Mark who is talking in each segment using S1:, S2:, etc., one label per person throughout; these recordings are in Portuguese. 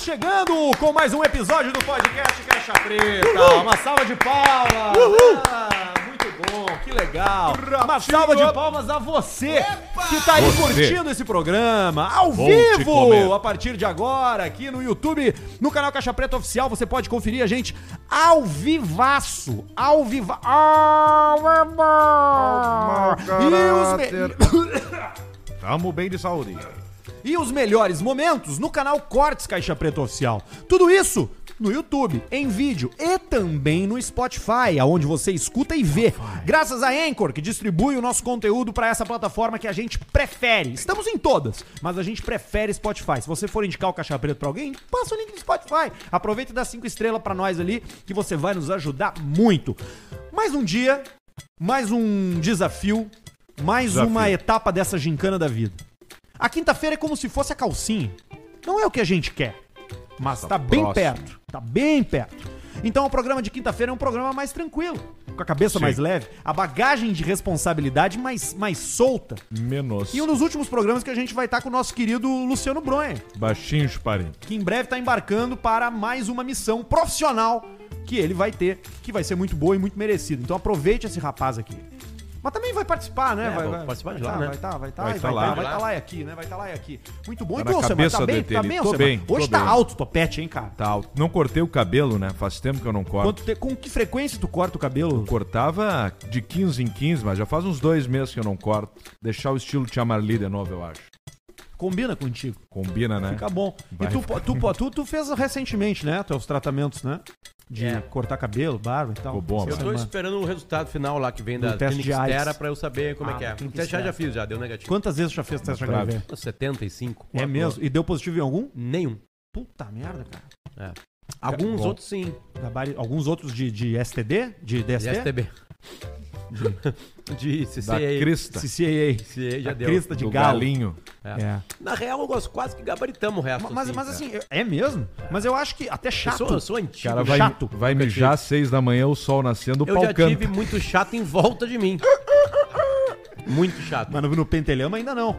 S1: chegando com mais um episódio do podcast Caixa Preta. Uma salva de palmas. Ah, muito bom, que legal. Uma salva de palmas a você que tá aí curtindo esse programa ao
S2: Vou te comer.
S1: vivo. A partir de agora, aqui no YouTube, no canal Caixa Preta Oficial, você pode conferir a gente ao vivaço. Ao viva... Ao vivo. E os... me-
S2: Tamo bem de saúde.
S1: e os melhores momentos no canal Cortes Caixa Preta Oficial. Tudo isso no YouTube, em vídeo e também no Spotify, aonde você escuta e vê. Graças a Anchor, que distribui o nosso conteúdo para essa plataforma que a gente prefere. Estamos em todas, mas a gente prefere Spotify. Se você for indicar o Caixa Preta para alguém, passa o link do Spotify. Aproveita e dá cinco estrelas para nós ali, que você vai nos ajudar muito. Mais um dia, mais um desafio, mais
S2: Desafio.
S1: uma etapa dessa gincana da vida. A quinta-feira é como se fosse a calcinha. Não é o que a gente quer, mas tá, bem
S2: próximo.
S1: perto. Tá bem perto. Então o programa de quinta-feira é um programa mais tranquilo, com a cabeça
S2: Sim.
S1: mais leve, a bagagem de responsabilidade mais, mais solta.
S2: Menos.
S1: E um dos últimos programas que a gente vai estar com o nosso querido Luciano Bronha,
S2: Baixinhos parentes.
S1: que em breve está embarcando para mais uma missão profissional que ele vai ter, que vai ser muito boa e muito merecida. Então aproveite esse rapaz aqui. Mas também vai participar, né?
S3: É,
S1: vai,
S3: vou
S1: vai
S3: participar de
S1: vai
S3: lá,
S1: tá,
S3: né?
S1: Vai estar, vai estar,
S2: Vai
S1: vai
S2: tá
S1: estar,
S2: lá.
S1: vai estar lá e aqui, né? Vai estar lá e aqui. Muito bom.
S2: Tá
S1: e
S2: na
S1: tu, Alcemar,
S2: cabeça
S1: tá bem,
S2: do
S1: tá
S2: Tele.
S1: bem,
S2: Tô
S1: Alcemar?
S2: bem,
S1: Hoje
S2: tô
S1: tá
S2: bem.
S1: alto topete, hein, cara?
S2: Tá alto. Não cortei o cabelo, né? Faz tempo que eu não corto.
S1: Quanto te- Com que frequência tu corta o cabelo?
S2: Cortava de 15 em 15, mas já faz uns dois meses que eu não corto. Deixar o estilo Tia Marli de novo, eu acho.
S1: Combina contigo.
S2: Combina, né?
S1: Fica bom.
S2: Vai
S1: e tu, po- tu, po- tu, tu fez recentemente, né? Teus tratamentos, né? De
S3: É.
S1: cortar cabelo, barba e tal.
S2: Ficou bom,
S1: Essa
S2: mano.
S3: Eu tô
S1: semana.
S3: esperando o resultado final lá que vem da
S1: Do teste de
S3: Clínica Estera
S1: AIDS.
S3: pra eu saber como
S1: Ah,
S3: é que é.
S1: Clínica
S3: O teste já,
S1: Estera.
S3: já fiz, já deu negativo.
S1: Quantas vezes tu já fez teste
S2: Trave.
S1: HIV?
S3: 75.
S1: É
S3: Quatro.
S1: mesmo? E deu positivo em algum?
S3: Nenhum.
S1: Puta merda, cara.
S3: É. Alguns
S2: bom.
S3: outros sim.
S1: Gabari- Alguns outros de, de STD? De DST?
S3: De STB.
S2: Da
S3: De CCA.
S2: crista.
S1: CCA.
S3: CCA já
S1: A
S3: deu.
S1: crista de
S2: Do
S1: galo.
S2: galinho.
S3: É. Na real, nós quase que gabaritamos o resto.
S1: Mas, mas assim, eu- é mesmo? Mas eu acho que até
S3: eu
S1: chato.
S3: sou, eu sou antigo.
S2: O cara vai,
S1: Chato.
S2: vai mijar às seis da manhã, o sol nascendo, o
S3: eu
S2: pau
S3: já
S2: canta.
S3: tive muito chato em volta de mim. Muito chato.
S1: Mas no, no pentelhama ainda não.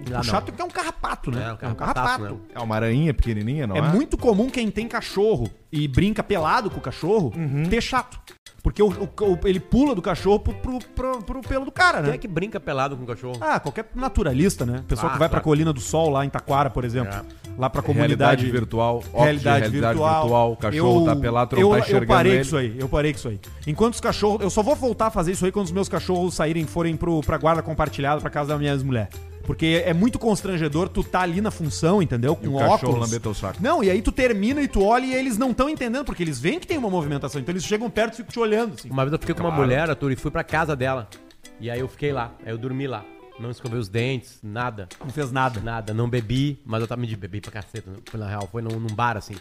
S3: Ah,
S1: o
S3: não.
S1: chato é que é um carrapato, né?
S3: É, um carrapato, né?
S2: É uma aranha pequenininha, não
S1: É
S2: é?
S1: muito comum quem tem cachorro e brinca pelado com o cachorro
S3: Uhum.
S1: ter chato. Porque o, o- o- ele pula do cachorro pro, pro- pro- pro pelo do cara,
S3: Quem é
S1: né?
S3: que brinca pelado com o cachorro?
S1: Ah, qualquer naturalista, né? Pessoal
S3: Ah,
S1: que vai pra
S3: claro. É.
S1: Colina do Sol, lá em Taquara, por exemplo. Lá pra comunidade.
S2: É Realidade virtual, óculos de
S1: realidade,
S2: realidade
S1: virtual.
S2: virtual, o cachorro tá pelado, tu não
S1: eu,
S2: tá
S1: eu
S2: enxergando
S1: parei
S2: ele.
S1: com isso aí, eu parei com isso aí. Enquanto os cachorros. Eu só vou voltar a fazer isso aí quando os meus cachorros saírem, forem pro, pra guarda compartilhada, pra casa da minha ex-mulher. Porque é muito constrangedor tu tá ali na função, entendeu? Com
S2: o cachorro
S1: óculos.
S2: lamber teu saco.
S1: Não, e aí tu termina e tu olha e eles não estão entendendo, porque eles veem que tem uma movimentação. Então eles chegam perto e ficam te olhando, assim.
S3: Uma vez eu fiquei com uma
S2: Claro.
S3: mulher, Arthur, e fui pra casa dela. E aí eu fiquei lá. Aí eu dormi lá. Não escovei os dentes, nada.
S1: Não fez nada.
S3: Nada, não bebi, mas eu tava me de bebi pra caceta, né? foi na real, foi num, num bar, assim.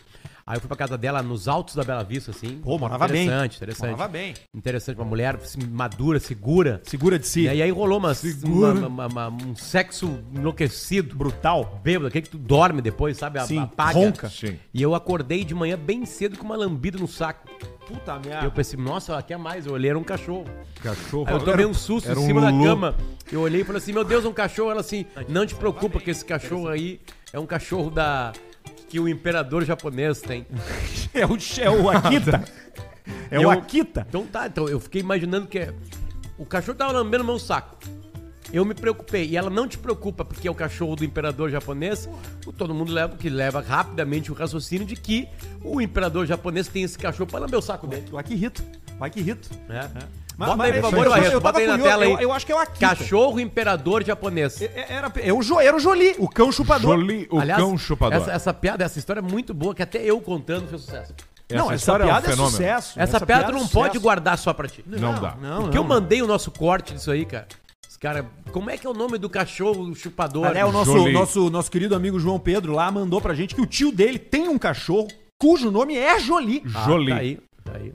S3: Aí eu fui pra casa dela, nos altos da Bela Vista, assim.
S1: Pô, morava bem.
S3: interessante, Interessante,
S1: Morava bem.
S3: Interessante, uma mulher assim, madura, segura.
S1: Segura de si.
S3: E aí, aí rolou uma,
S2: Segura.
S3: uma- uma- uma- um sexo enlouquecido,
S1: brutal.
S3: bêbado, aquele que tu dorme depois, sabe? A-
S1: Sim,
S3: apaga.
S1: ronca.
S2: Sim.
S3: E eu acordei de manhã bem cedo com uma lambida no saco.
S1: Puta
S3: E
S1: merda.
S3: eu pensei, nossa, ela quer mais. Eu olhei, era um cachorro.
S2: Cachorro.
S3: Aí eu tomei um susto
S2: Era
S3: em
S2: um
S3: cima
S2: Lulu.
S3: da cama. Eu olhei e falei assim: Meu Deus, é um cachorro. Ela assim: Não te preocupa, que esse cachorro aí é um cachorro da. que o imperador japonês tem.
S1: É o, é o Akita. é o
S3: Eu-
S1: Akita.
S3: Então tá, então eu fiquei imaginando que é- o cachorro tava lambendo meu saco. Eu me preocupei. E ela não te preocupa, porque é o cachorro do imperador japonês. O- Todo mundo leva, que leva rapidamente o raciocínio de que o imperador japonês tem esse cachorro pra lamber o saco dele.
S1: O Akihito. O Akihito.
S2: É,
S3: Né?
S1: Mas-
S3: Bota
S1: mas
S3: aí, por
S1: eu-
S3: favor,
S1: eu-
S3: Barreto,
S1: eu
S3: bota
S1: tava
S3: aí na
S1: curioso,
S3: tela aí.
S1: eu- eu acho que é o Akita.
S3: Cachorro imperador japonês.
S1: É- Era, é o Jo- era o Jolie, o cão chupador.
S2: Jolie, o cão chupador.
S3: Essa, essa piada, essa história é muito boa, que até eu contando fez sucesso.
S1: Não, essa,
S2: história um
S1: piada é,
S2: fenômeno.
S1: sucesso.
S3: Essa, piada, tu
S1: é
S3: não
S1: sucesso.
S3: pode guardar só pra ti.
S2: Não, dá.
S1: Não,
S3: Porque eu mandei o nosso corte disso aí, cara. Os cara, como é que é o nome do cachorro chupador?
S1: Aliás, é o nosso,
S2: Jolie.
S1: nosso, nosso querido amigo João Pedro lá mandou pra gente que o tio dele tem um cachorro cujo nome é Jolie.
S3: Ah,
S2: Jolie.
S3: Tá aí, tá aí.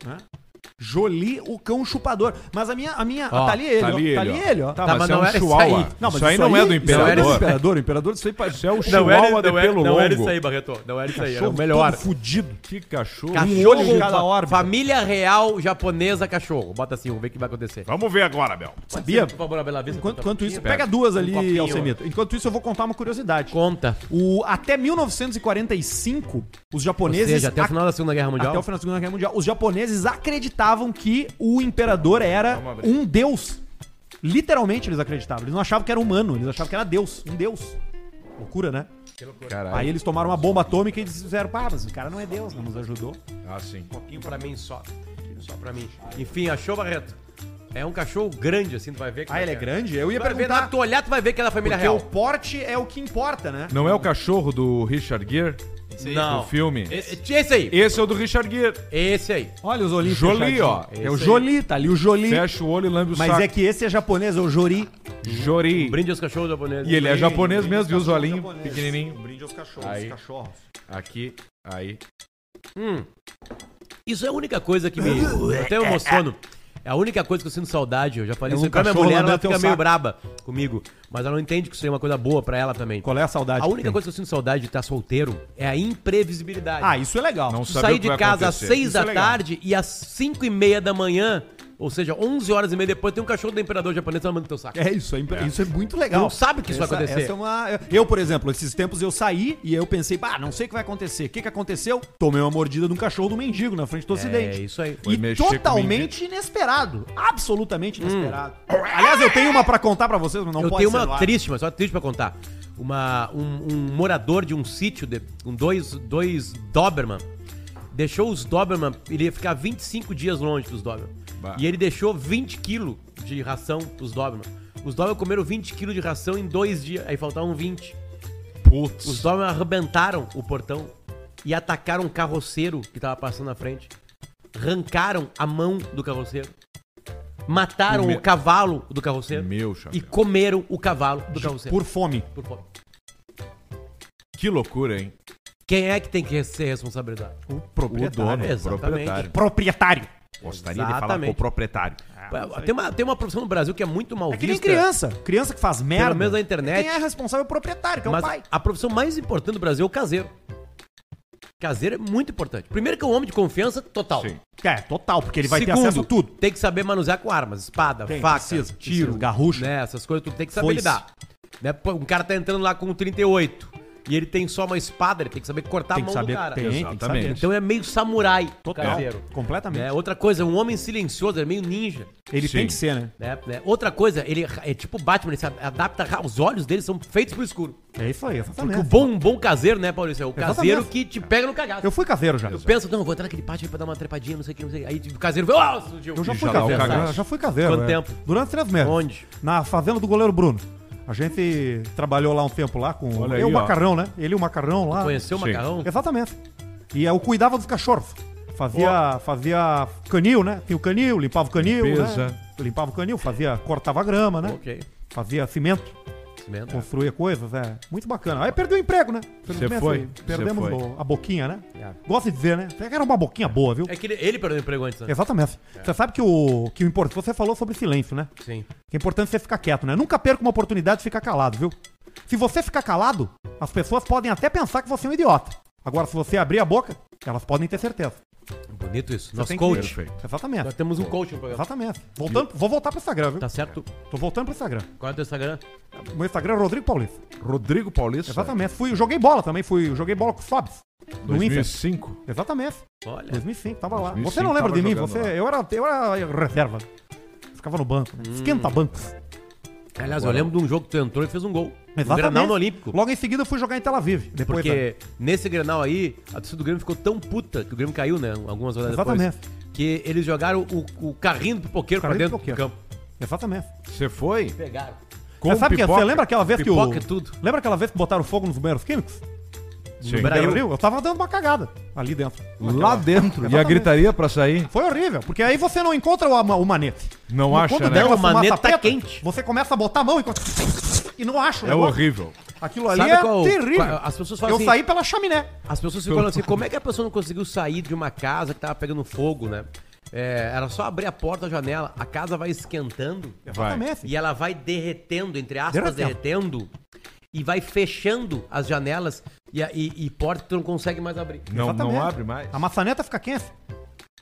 S1: Jolie, o cão chupador. Mas a minha. A minha
S3: Ó,
S1: tá ali ele, ó. Tá ali ele, ó.
S2: Tá,
S3: Tá,
S2: mas,
S3: mas
S2: é
S3: não
S2: um
S3: era isso
S2: chihuahua.
S3: aí.
S2: Isso aí não
S1: Não era
S2: é do
S1: do
S2: imperador.
S1: imperador. O imperador, isso aí parece.
S2: Isso é um
S3: Não era,
S2: chihuahua de
S3: não, era,
S2: pelo
S3: não era isso aí,
S2: longo.
S3: Barreto. Não era isso aí. Era
S1: Cachorro
S3: o melhor.
S1: todo fudido.
S2: Que cachorro.
S1: Um olho em cada
S3: fa-
S1: órbita.
S3: Família real japonesa cachorro. Bota assim, vamos ver o que vai acontecer.
S2: Vamos ver agora, Bel.
S1: Sabia?
S3: Por favor, Abela, avisa.
S1: Enquanto,
S3: Conta um
S1: enquanto isso,
S3: pouquinho.
S1: pega duas ali,
S3: copinho.
S1: Alcemito. Enquanto isso, eu vou contar uma curiosidade.
S3: Conta.
S1: O, até 1945, os japoneses.
S3: Ou seja, até o
S1: ac-
S3: final da Segunda Guerra Mundial.
S1: até o final da Segunda Guerra Mundial, os japoneses acreditavam que o imperador era
S2: Vamos abrir.
S1: um deus. Literalmente eles acreditavam. Eles não achavam que era humano, eles achavam que era deus. Um deus. Loucura, né?
S2: Caralho.
S1: Aí eles tomaram uma bomba atômica e eles fizeram, pá, mas o cara não é deus, não nos ajudou.
S2: Ah, sim.
S3: Um pouquinho pra mim só. Só pra mim. Enfim, achou, Barreto? É um cachorro grande, assim, tu vai ver. como
S1: Ah, ele é
S3: que
S1: grande? Eu ia
S3: Tu vai ver, na hora
S1: perguntar.
S3: que tu olhar, tu vai ver que ela é da família
S1: Porque o
S3: real.
S1: porte é o que importa, né?
S2: Não é o cachorro do Richard Gere?
S3: Não.
S2: Do é filme?
S3: Esse, esse aí.
S2: Esse é o do Richard Gere.
S3: Esse aí.
S1: Olha os olhinhos.
S2: Jolie,
S1: fechadinhos.
S2: ó.
S1: É o
S2: Esse aí.
S1: Jolie, tá ali o Jolie.
S2: Fecha o olho e lambe o
S1: Mas
S2: saco.
S1: é que esse é japonês, é o Jori.
S2: Jori.
S3: Brinde aos cachorros japoneses.
S2: E ele é japonês mesmo, viu? Os olhinhos
S1: tá Japonês.
S2: pequenininho.
S1: brinde aos cachorros.
S2: Aí.
S1: cachorros.
S2: Aqui, aí.
S3: Hum. Isso é a única coisa que me. eu Até eu emociono. É a única coisa que eu sinto saudade. Eu já falei
S1: É
S3: isso
S1: um
S3: pra minha
S1: cachorro
S3: mulher, ela
S1: lambendo teu
S3: fica meio
S1: saco.
S3: braba comigo. Mas ela não entende que isso é uma coisa boa pra ela também.
S1: Qual é a saudade?
S3: A
S1: que
S3: única
S1: tem?
S3: coisa que eu sinto saudade de estar solteiro é a imprevisibilidade.
S1: Ah, isso é legal.
S2: Não
S3: Tu
S2: sabe o
S3: sair
S2: que
S3: de
S2: vai
S3: casa
S2: acontecer.
S3: às seis
S2: Isso
S3: da
S2: é legal.
S3: tarde e às cinco e meia da manhã, ou seja, 11 horas e meia depois, tem um cachorro do imperador japonês tomando teu saco.
S1: É isso, é, impre- isso é muito legal.
S3: Não sabe que isso vai
S1: Essa-
S3: acontecer.
S1: essa é uma- Eu, por exemplo, esses tempos eu saí e eu pensei, bah, não sei o que vai acontecer. O que, que aconteceu? Tomei uma mordida de um cachorro do mendigo na frente do ocidente.
S3: É, isso aí.
S2: Foi
S1: e
S2: mexer com o
S1: totalmente inesperado. Absolutamente inesperado. Aliás, eu tenho uma pra contar pra vocês, mas não
S3: Hum. eu
S1: pode
S3: tenho
S1: ser
S3: uma
S1: no ar.
S3: triste, mas só triste pra contar. Uma, um, um morador de um sítio, de, com dois, dois Doberman, deixou os Doberman, ele ia ficar 25 dias longe dos Doberman.
S2: Bah.
S3: E ele deixou 20 quilos de ração pros Doberman. Os Doberman comeram 20 quilos de ração em dois dias, aí faltavam 20. Os
S2: Putz.
S3: Doberman arrebentaram o portão e atacaram um carroceiro que tava passando na frente. Arrancaram a mão do carroceiro. Mataram
S2: Me-
S3: o cavalo do carroceiro.
S2: Meu
S3: e
S2: chapéu.
S3: comeram o cavalo do carroceiro.
S1: Por fome.
S3: Por favor.
S2: Que loucura, hein?
S3: Quem é que tem que ser responsabilizado?
S1: O
S2: O dono,
S1: proprietário.
S2: o
S3: Exatamente.
S2: proprietário.
S1: Proprietário.
S2: Gostaria de falar com
S3: Exatamente.
S2: o proprietário.
S3: tem, uma, tem uma profissão no Brasil que é muito mal
S1: Ah, É que
S3: vista.
S1: nem criança. Criança que faz merda.
S3: menos na internet.
S1: Quem é responsável é o proprietário, que é o
S3: Mas
S1: pai.
S3: a profissão mais importante do Brasil é o caseiro. Caseiro é muito importante. Primeiro que é um homem de confiança total.
S2: Sim.
S1: É, total, porque ele vai
S3: Segundo,
S1: ter acesso a tudo.
S3: Tem que saber manusear com armas, espada,
S1: Tem,
S3: faca,
S1: precisa,
S3: tiro,
S1: precisa, garrucha.
S3: Né, essas coisas tu tem que saber
S1: Foice.
S3: lidar. Né, pô, um cara tá entrando lá com um 38 e ele tem só uma espada, ele tem que saber cortar
S1: Tem
S3: a
S1: que
S3: tá mão
S1: saber,
S3: do cara.
S1: tem, tem que
S2: Exatamente.
S1: saber.
S3: Então é meio samurai
S1: Total.
S3: caseiro.
S1: Completamente.
S3: Né, outra coisa, um homem silencioso, é meio ninja.
S1: Ele
S2: Sim.
S1: tem que ser, né?
S3: Né, né. Outra coisa, ele é tipo Batman, ele se adapta, ra- os olhos dele são feitos pro escuro.
S1: É isso aí, exatamente.
S3: Porque o bom, um bom caseiro, né, Maurício? É o caseiro
S1: Exatamente.
S3: que te pega no cagaço.
S1: Eu fui caseiro já.
S3: Eu penso, não, eu vou entrar naquele pátio pra dar uma trepadinha, não sei o que, não sei o que. Aí o caseiro vai, ó, surgiu.
S1: Eu já
S2: E
S1: fui
S2: já dá o
S1: caseiro.
S2: cagaço.
S1: Já, já fui caseiro.
S3: um Quanto
S1: é.
S3: tempo?
S1: Durante três meses.
S3: Onde?
S1: Na fazenda do goleiro Bruno. A gente trabalhou lá um tempo lá com
S2: Olha
S1: eu e o
S2: aí, ó.
S1: Macarrão, né? Ele e o Macarrão lá.
S3: Conheceu o
S2: Sim.
S3: macarrão?
S1: Exatamente. E eu cuidava dos cachorros. Fazia, fazia canil, né? Tinha o canil, limpava o canil,
S2: Limpeza.
S1: né? Limpava o canil, fazia, cortava grama, né?
S3: Ok.
S1: Fazia cimento.
S3: Cimento.
S1: construía coisas, é muito bacana. Aí perdeu o emprego, né? Felizmente,
S2: foi,
S1: aí
S2: cê
S1: Perdemos
S2: foi.
S1: o- a boquinha, né?
S3: É.
S1: Gosto de dizer, né? Era uma boquinha boa, viu?
S3: É que ele, ele perdeu o emprego antes, né?
S1: Exatamente.
S2: É.
S1: Você sabe que o que o importante. Você falou sobre silêncio, né?
S3: Sim.
S1: Que é importante você ficar quieto, né? Nunca perca uma oportunidade de ficar calado, viu? Se você ficar calado, as pessoas podem até pensar que você é um idiota. Agora, se você abrir a boca, elas podem ter certeza.
S3: Bonito isso.
S1: Você
S3: Nosso
S1: tem que-
S3: coach.
S2: Perfeito.
S3: Nós
S1: Exatamente.
S3: temos um coach no programa.
S1: Exatamente. Voltando, vou voltar pro Instagram, viu?
S3: Tá certo?
S1: Tô voltando pro Instagram.
S3: Qual é o teu Instagram?
S1: Meu Instagram é Rodrigo Paulista.
S2: Rodrigo Paulista.
S1: Exatamente. Fui, joguei bola também, fui, joguei bola com o Sobs. No Inter.
S2: 2005.
S1: Exatamente.
S3: Olha.
S1: 2005, tava lá.
S2: 2005
S1: você não lembra
S2: tava
S1: de mim,
S2: jogando
S1: você,
S2: lá.
S1: eu, era, eu era reserva. Ficava no banco.
S3: Hum.
S1: Esquenta bancos.
S3: Aliás, eu lembro de um jogo que tu entrou e fez um gol. Um
S1: Exatamente.
S3: Grenal no Olímpico.
S1: Logo em seguida eu fui jogar em Tel Aviv. Depois né?
S3: Porque nesse Grenal aí, a torcida do Grêmio ficou tão puta que o Grêmio caiu, né? Algumas horas
S1: Exatamente.
S3: depois. Que eles jogaram o, o carrinho do pipoqueiro
S1: Carrinho
S3: pra
S1: do
S3: dentro do,
S1: pipoqueiro.
S3: campo.
S1: Exatamente.
S2: Você foi?
S3: Pegaram.
S2: Com
S1: Mas sabe que,
S2: pipoca.
S1: você lembra aquela vez que o.
S3: Pipoca e tudo.
S1: Lembra aquela vez que botaram fogo nos banheiros químicos?
S2: Sim.
S1: No Beira Rio? Eu tava dando uma cagada ali dentro.
S2: Lá dentro. E a
S1: Exatamente.
S2: gritaria pra sair?
S1: Foi horrível, porque aí você não encontra o, ama- o manete.
S2: Não acha,
S1: quando
S2: né?
S1: der
S2: Não,
S1: uma
S3: o manete
S1: fumaça preta,
S3: tá quente.
S1: Você começa a botar a mão e. E não acha o
S2: É
S1: negócio.
S2: horrível.
S1: Aquilo ali
S3: Sabe
S1: é
S3: qual-
S1: terrível.
S3: qual- as pessoas falam
S1: eu
S3: assim-
S1: saí pela chaminé.
S3: As pessoas ficam falando assim, como é que a pessoa não conseguiu sair de uma casa que tava pegando fogo, né? é, era só abrir a porta, a janela, a casa vai esquentando
S2: Vai.
S1: Exatamente.
S3: e ela vai derretendo, entre aspas, derretendo, e vai fechando as janelas e, a- e, e porta que tu não consegue mais abrir.
S2: Não, não
S1: Exatamente.
S2: abre mais.
S1: A maçaneta fica quente.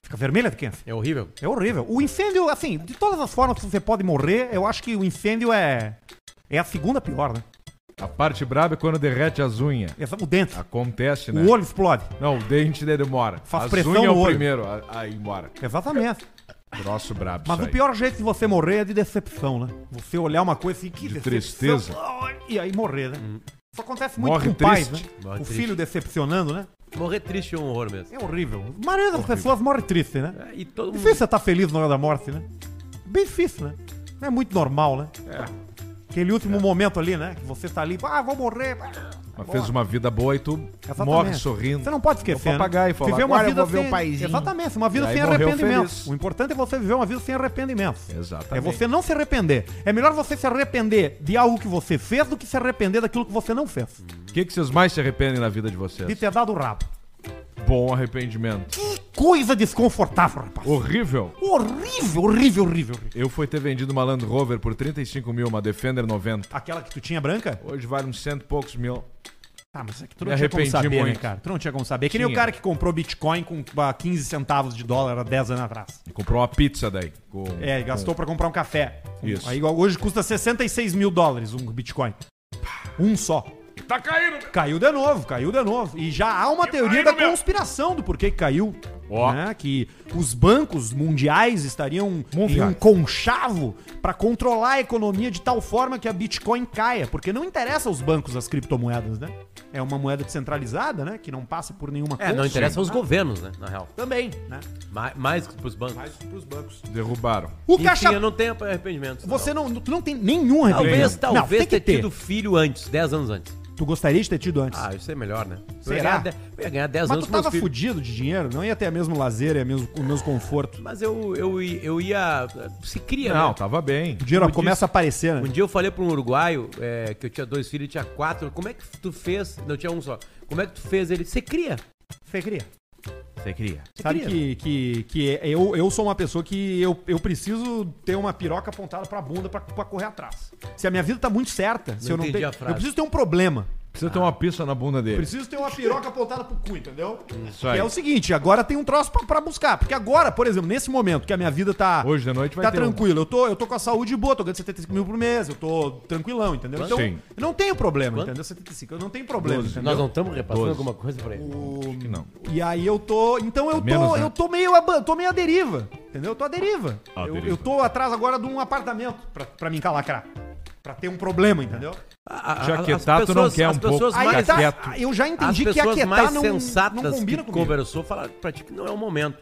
S1: Fica vermelha de quente.
S3: É horrível.
S1: É horrível. O incêndio, assim, de todas as formas que você pode morrer, eu acho que o incêndio é. É a segunda pior, né?
S2: A parte braba é quando derrete as unhas.
S1: Essa- O dente.
S2: Acontece, né?
S1: O olho explode.
S2: Não, o dente daí demora.
S1: Faz
S2: as
S1: pressão
S2: unhas é
S1: no
S2: o
S1: olho.
S2: primeiro a, a ir embora.
S1: Exatamente.
S2: Troço brabo
S1: Mas
S2: isso
S1: o
S2: aí.
S1: pior jeito de você morrer é de decepção, né? Você olhar uma coisa assim, que
S2: De
S1: decepção.
S2: tristeza. Hum.
S1: Ai, E aí morrer, né? Isso acontece muito
S2: Morre
S1: com pais, né?
S2: triste.
S3: Morre
S1: o
S3: triste.
S1: filho decepcionando, né?
S3: Morrer triste é um horror mesmo.
S1: É horrível. A maioria das pessoas morre triste, né?
S3: É, E todo mundo...
S1: Difícil você estar feliz na hora da morte, né? Bem difícil, né? Não é muito normal, né?
S2: É.
S1: Aquele último momento ali, né? Que você tá ali, ah, vou morrer. ah,
S2: Mas fez uma vida boa e tu
S1: Exatamente.
S2: morre sorrindo.
S1: Você não pode esquecer.
S2: Vou pagar
S1: né?
S2: e falar,
S1: viver uma
S2: agora eu
S1: vida
S2: vou ver
S1: sem...
S2: um paizinho.
S1: Exatamente, uma vida
S2: E aí
S1: sem
S2: morreu
S1: arrependimentos.
S2: feliz.
S1: O importante é você viver uma vida sem arrependimentos.
S2: Exatamente.
S1: É você não se arrepender. É melhor você se arrepender de algo que você fez do que se arrepender daquilo que você não fez.
S2: O que, que vocês mais se arrependem na vida de vocês?
S1: De ter dado o rabo.
S2: Bom arrependimento.
S1: Que coisa desconfortável, rapaz.
S2: Horrível.
S1: Horrível, horrível, horrível, horrível.
S2: Eu fui ter vendido uma Land Rover por 35 mil, uma Defender 90.
S1: Aquela que tu tinha branca?
S2: Hoje vale uns cento e poucos mil.
S1: Ah, mas é que tu
S2: Me
S1: não tinha como
S2: arrependi
S1: saber, né,
S2: muito.
S1: cara? Tu não tinha como saber. Que nem o
S2: Tinha.
S1: cara que comprou Bitcoin com ah, 15 centavos de dólar há 10 anos atrás.
S2: E comprou uma pizza daí. com-
S1: É, e gastou pra comprar um café.
S2: Isso.
S1: Aí igual hoje custa 66 mil dólares um Bitcoin. Um só.
S2: Tá caindo!
S1: Caiu de novo, caiu de novo. E já há uma teoria da
S2: caiu mesmo.
S1: conspiração do porquê que caiu.
S2: Ó.
S1: Né? Que os bancos mundiais estariam em um
S2: Mundiais.
S1: conchavo pra controlar a economia de tal forma que a Bitcoin caia. Porque não interessa aos bancos as criptomoedas, né? É uma moeda descentralizada, né? Que não passa por nenhuma
S3: É, não
S1: concha.
S3: interessa aos governos, né, na real.
S1: Também, né?
S3: Mais, mais que pros bancos.
S2: Derrubaram.
S1: O
S3: Enfim,
S1: caixa...
S3: eu não tenho arrependimento.
S1: Você não, tu não tem nenhum
S3: Talvez,
S1: arrependimento. Não,
S3: talvez
S1: tem que
S3: ter tido filho antes, 10 anos antes.
S1: Tu gostaria de ter tido antes.
S3: Ah, isso é melhor, né? Eu ia
S1: Será?
S3: ganhar dez- Eu ia ganhar 10
S1: Mas
S3: anos
S1: tu
S3: pros
S1: tava
S3: meus filhos.
S1: fudido de dinheiro, não ia ter o mesmo lazer, ia mesmo, o mesmo conforto.
S3: Mas eu, eu, i- eu ia. Se cria,
S2: Não,
S3: né?
S2: tava bem.
S1: O dinheiro começa a aparecer,
S3: Um
S1: né?
S3: dia eu falei pra um uruguaio é, que eu tinha dois filhos e tinha quatro. Como é que tu fez? Não, tinha um só. Como é que tu fez ele? Você cria.
S1: Você cria.
S2: Você cria.
S1: Sabe que, que, que eu, eu sou uma pessoa que eu, eu preciso ter uma piroca apontada pra bunda pra, pra correr atrás. Se a minha vida tá muito certa, se
S3: Não
S1: eu não
S3: entendi
S1: tenho.
S3: a frase.
S1: Eu preciso ter um problema.
S2: Precisa
S3: Ah.
S2: ter uma pista na bunda dele.
S1: Preciso ter uma piroca apontada pro cu, entendeu?
S2: Isso aí.
S1: Que é o seguinte, agora tem um troço pra, pra buscar. Porque agora, por exemplo, nesse momento que a minha vida tá.
S2: Hoje de noite vai
S1: Tá
S2: ter um
S1: tranquilo. Eu, tô, eu tô com a saúde boa, tô ganhando 75 mil por mês, eu tô tranquilão, entendeu? Então,
S2: Sim.
S1: eu não tenho problema,
S3: Quanto?
S1: entendeu? 75, eu não tenho problema,
S2: Doze.
S1: entendeu?
S3: Nós não estamos repassando
S2: Doze.
S3: alguma coisa pra ele.
S2: Acho que não.
S1: E aí eu tô. Então
S3: É
S1: eu tô.
S2: Menos, né?
S1: Eu tô meio, aba- tô meio à deriva. Entendeu? Eu tô à deriva.
S3: Ah,
S2: À
S1: eu,
S2: deriva.
S1: eu tô atrás agora de um apartamento pra, pra me encalacrar. Pra ter um problema, entendeu?
S2: Jaquetar, tu não quer um
S3: as pessoas
S2: pouco.
S1: Aí
S3: mais,
S2: Ficar
S1: tá,
S2: quieto.
S1: eu já
S3: as
S1: entendi que
S3: pessoas mais
S1: aquietar não,
S3: sensatas
S1: não combina
S3: que
S1: comigo.
S3: conversou falaram pra ti que não é o momento.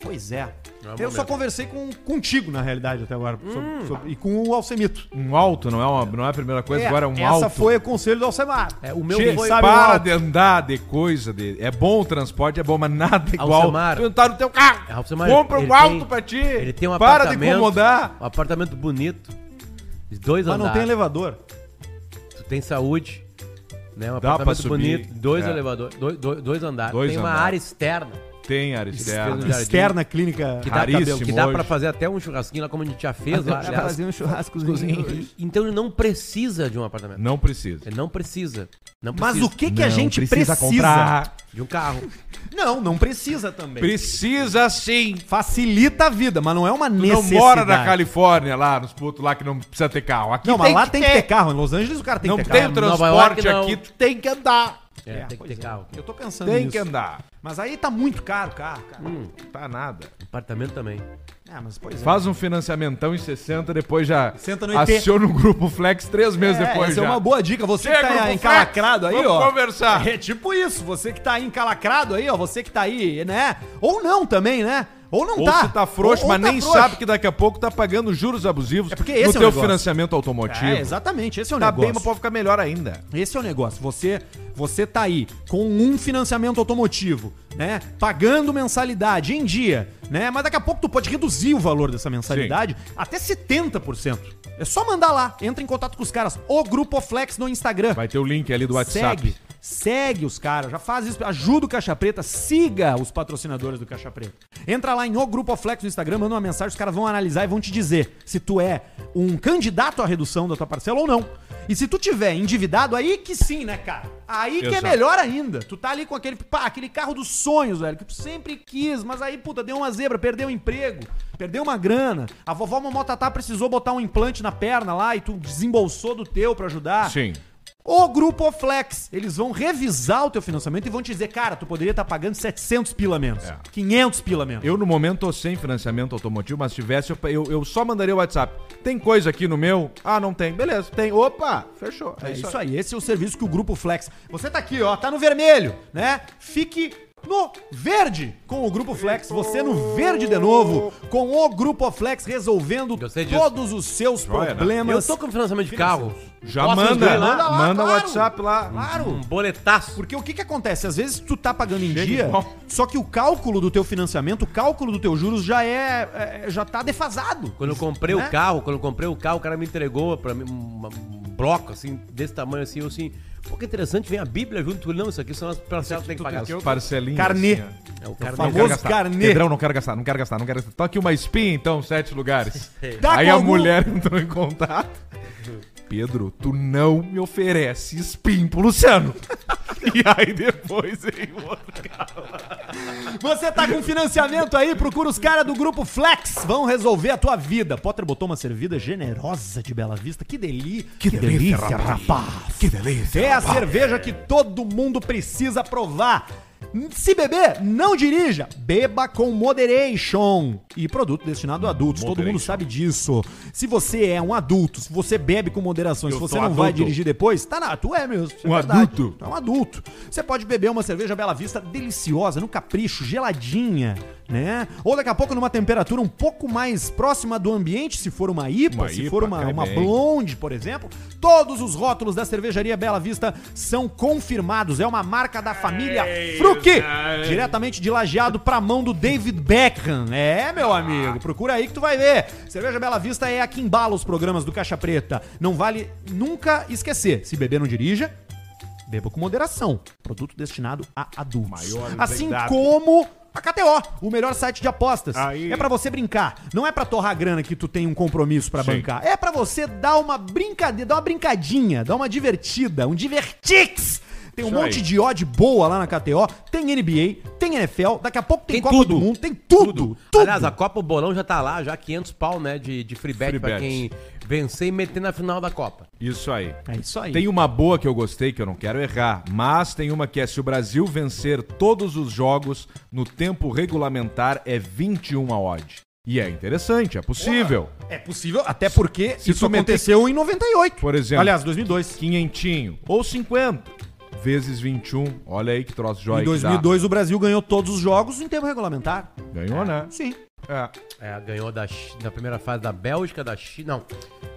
S1: Pois é.
S3: Não Hum. é o
S1: eu só
S3: momento.
S1: conversei com, contigo, na realidade, até agora. sobre- sobre- e com o Alcemito.
S2: Um alto não é, uma, não é a primeira coisa,
S1: É,
S2: agora é um
S1: essa
S2: alto.
S1: foi o conselho do Alcemar.
S3: É, o meu
S2: Che,
S3: foi.
S1: sabe- o
S2: para
S1: alto.
S2: de andar de coisa. De... É bom o transporte, é bom, mas nada igual.
S3: Alcemar.
S2: Tu entrar no teu carro.
S3: É, Alcemar,
S2: Compra
S3: ele
S2: um alto
S3: tem-
S2: pra ti.
S3: Ele tem um
S2: Para de
S3: apartamento.
S2: incomodar.
S3: Um apartamento bonito. De dois
S1: Mas
S3: andares.
S1: não tem elevador.
S3: Tu tem saúde, né? Um
S2: Dá pra
S3: apartamento
S2: subir.
S3: bonito, dois
S2: É.
S3: elevadores, dois, dois, dois andares.
S2: Dois
S3: tem uma
S2: andares.
S3: área externa
S2: Tem área
S3: Despesa
S2: externa.
S3: É. um jardim.
S1: Externa clínica.
S3: que dá,
S2: Raríssimo
S3: que dá pra
S2: hoje.
S3: fazer até um churrasquinho lá como a gente já fez lá. né? aliás.
S1: um churrascozinho.
S3: Então ele não precisa de um apartamento.
S2: Não precisa.
S3: Ele não precisa. Não
S1: Mas
S3: precisa
S1: o que, que a
S2: Não
S1: gente precisa?
S2: precisa comprar.
S3: de um carro.
S1: Não, não precisa também.
S2: Precisa sim.
S1: Facilita a vida, mas não é uma
S2: Tu não
S1: necessidade.
S2: mora na Califórnia, lá, nos putos lá que não precisa ter carro. Aqui
S1: Não, mas lá
S2: que
S1: tem que ter carro. Em Los Angeles o cara tem
S2: Não
S1: que ter
S2: tem
S1: carro.
S2: o
S3: Nova York,
S2: transporte
S3: não.
S2: aqui, tu tem que andar.
S3: É, tem que
S1: pois
S3: ter carro.
S1: Eu tô pensando
S2: Tem
S1: Tá nisso.
S2: que andar.
S1: Mas aí tá muito caro o carro, cara.
S2: Tá nada.
S3: Apartamento também.
S1: Ah, mas pois é.
S2: Faz um financiamentão em 60, depois já
S1: Senta no IP.
S2: aciona o grupo Flex três meses
S1: É,
S2: um depois
S1: essa
S2: já.
S1: é uma boa dica. Você
S2: Chega,
S1: que
S2: grupo
S1: tá
S2: Flex,
S1: encalacrado aí,
S2: vamos
S1: ó.
S2: conversar.
S1: É tipo isso. Você que tá aí encalacrado aí, ó. Você que tá aí, né? Ou não também, né? Ou não
S2: Ou
S1: tá.
S2: se tá frouxo,
S1: Ou- ou
S2: mas
S1: tá
S2: nem
S1: frouxo.
S2: sabe que daqui a pouco tá pagando juros abusivos
S1: É porque esse é o
S2: no teu
S1: negócio.
S2: financiamento automotivo.
S1: É, exatamente. Esse é o
S2: Tá
S1: negócio.
S2: bem, mas pode ficar melhor ainda.
S1: Esse é o negócio. Você você tá aí com um financiamento automotivo, né? Pagando mensalidade em dia, né? Mas daqui a pouco tu pode reduzir o valor dessa mensalidade até 70%. É só mandar lá, entra em contato com os caras, o Grupo Flex no Instagram.
S2: Vai ter o link ali do WhatsApp.
S1: Segue. Segue os caras, já faz isso, ajuda o Caixa Preta, siga os patrocinadores do Caixa Preta. Entra lá em O Grupo Oflex no Instagram, manda uma mensagem, os caras vão analisar e vão te dizer se tu é um candidato à redução da tua parcela ou não. E se tu tiver endividado, aí que sim, né, cara? Aí que é
S2: Exato.
S1: melhor ainda. Tu tá ali com aquele, pá, aquele carro dos sonhos, velho, que tu sempre quis, mas aí, puta, deu uma zebra, perdeu o emprego, perdeu uma grana. A vovó Momotatá precisou botar um implante na perna lá e tu desembolsou do teu pra ajudar.
S2: Sim.
S1: O Grupo Flex, eles vão revisar o teu financiamento e vão te dizer, cara, tu poderia estar pagando 700 pila menos,
S2: É.
S1: 500 pila menos.
S2: Eu, no momento, tô sem financiamento automotivo, mas se tivesse, eu, eu, eu só mandaria o WhatsApp. Tem coisa aqui no meu? Ah, não tem. Beleza, tem. Opa, fechou.
S1: É isso aí, esse é o serviço que o Grupo Flex. Você tá aqui, ó, tá no vermelho, né? Fique no verde com o Grupo Flex, você no verde de novo, com o Grupo Flex resolvendo
S3: Gostei disso.
S1: todos os seus
S2: Joia, né?
S1: problemas.
S3: Eu tô com financiamento de carro.
S2: Já
S3: Posso
S2: manda,
S3: incluir lá?
S2: manda,
S1: lá,
S2: manda o
S1: claro.
S2: WhatsApp lá.
S1: Claro.
S3: Um boletaço.
S1: Porque o que que acontece? Às vezes tu tá pagando em
S2: Chega
S1: dia,
S2: igual.
S1: só que o cálculo do teu financiamento, o cálculo do teu juros já é, é- já tá defasado.
S3: Quando eu comprei
S1: Né?
S3: o carro, quando eu comprei o carro, o cara me entregou pra mim um, um bloco assim, desse tamanho assim, eu assim, pô, que interessante, vem a Bíblia junto. Ele, Não, isso aqui são as parcelas que tem que pagar.
S2: As parcelinhas. assim,
S1: Carnê.
S2: ó.
S3: É o cara
S2: Não
S1: é famoso
S2: quero gastar.
S1: carnê.
S2: Pedrão, não quero gastar, não quero gastar, não quero gastar. Tô aqui uma espinha, então, sete lugares.
S1: Dá
S2: aí
S1: com
S2: a
S1: algum-
S2: mulher entrou em contato. Pedro, tu não me oferece spin pro Luciano. e aí depois veio o outro cara.
S1: Você tá com financiamento aí? Procura os caras do Grupo Flex. Vão resolver a tua vida. Potter botou uma servida generosa de Bela Vista. Que delícia. Que, delícia, rapaz. Que delícia. É a cerveja que todo mundo precisa provar. Se beber, não dirija. Beba com moderation. E produto destinado a adultos. Todo mundo sabe disso. Se você é um adulto, se você bebe com moderação, se
S2: Eu
S1: você
S2: sou
S1: não vai
S2: adulto.
S1: dirigir depois, tá na. Tu é mesmo. isso é
S2: Um
S1: verdade.
S2: adulto.
S1: Tu é um adulto. Você pode beber uma cerveja Bela Vista deliciosa, no capricho, geladinha, né? Ou daqui a pouco numa temperatura um pouco mais próxima do ambiente, se for uma IPA,
S2: Uma
S1: se
S2: IPA,
S1: for uma,
S2: cai
S1: uma
S2: bem.
S1: blonde, por exemplo. Todos os rótulos da cervejaria Bela Vista são confirmados. É uma marca da família Fruc,
S2: é.
S1: diretamente de lajeado pra mão do David Beckham. É, meu amigo, procura aí que tu vai ver. Cerveja Bela Vista é a que embala os programas do Caixa Preta. Não vale nunca esquecer. Se beber, não dirija. Beba com moderação. Produto destinado a adultos.
S2: Maiores
S1: assim
S2: da idade.
S1: como a KTO, o melhor site de apostas.
S2: Aí.
S1: É pra você brincar. Não é pra torrar a grana que tu tem um compromisso pra
S2: Sim.
S1: bancar. É pra você dar uma brincadeira, dar uma brincadinha, dar uma divertida, um divertix. Tem um
S2: Isso
S1: monte
S2: aí.
S1: de odd boa lá na KTO. Tem NBA, tem NFL, daqui a pouco tem,
S3: Tem
S1: Copa
S3: tudo.
S1: do Mundo, tem tudo. Tudo.
S3: Aliás, a Copa o Bolão já tá lá, já 500 pau, né, de, de free bet
S2: Free
S3: pra
S2: bet.
S3: quem vencer e meter na final da Copa.
S2: Isso aí.
S1: É isso aí.
S2: Tem uma boa que eu gostei, que eu não quero errar, mas tem uma que é se o Brasil vencer todos os jogos no tempo regulamentar é 21 a odd. E é interessante, é possível.
S1: É possível, até porque
S2: Se
S1: isso
S2: tu meter-
S1: aconteceu em 98.
S2: Por exemplo.
S1: Aliás, 2002.
S2: Quinhentinho ou 50 vezes 21. Olha aí que troço de joia
S1: Em
S2: que dá.
S1: 2002 o Brasil ganhou todos os jogos em tempo regulamentar.
S2: Ganhou, né?
S1: Sim.
S2: É.
S3: É, ganhou da, Chi- na primeira fase da Bélgica, da China. Não,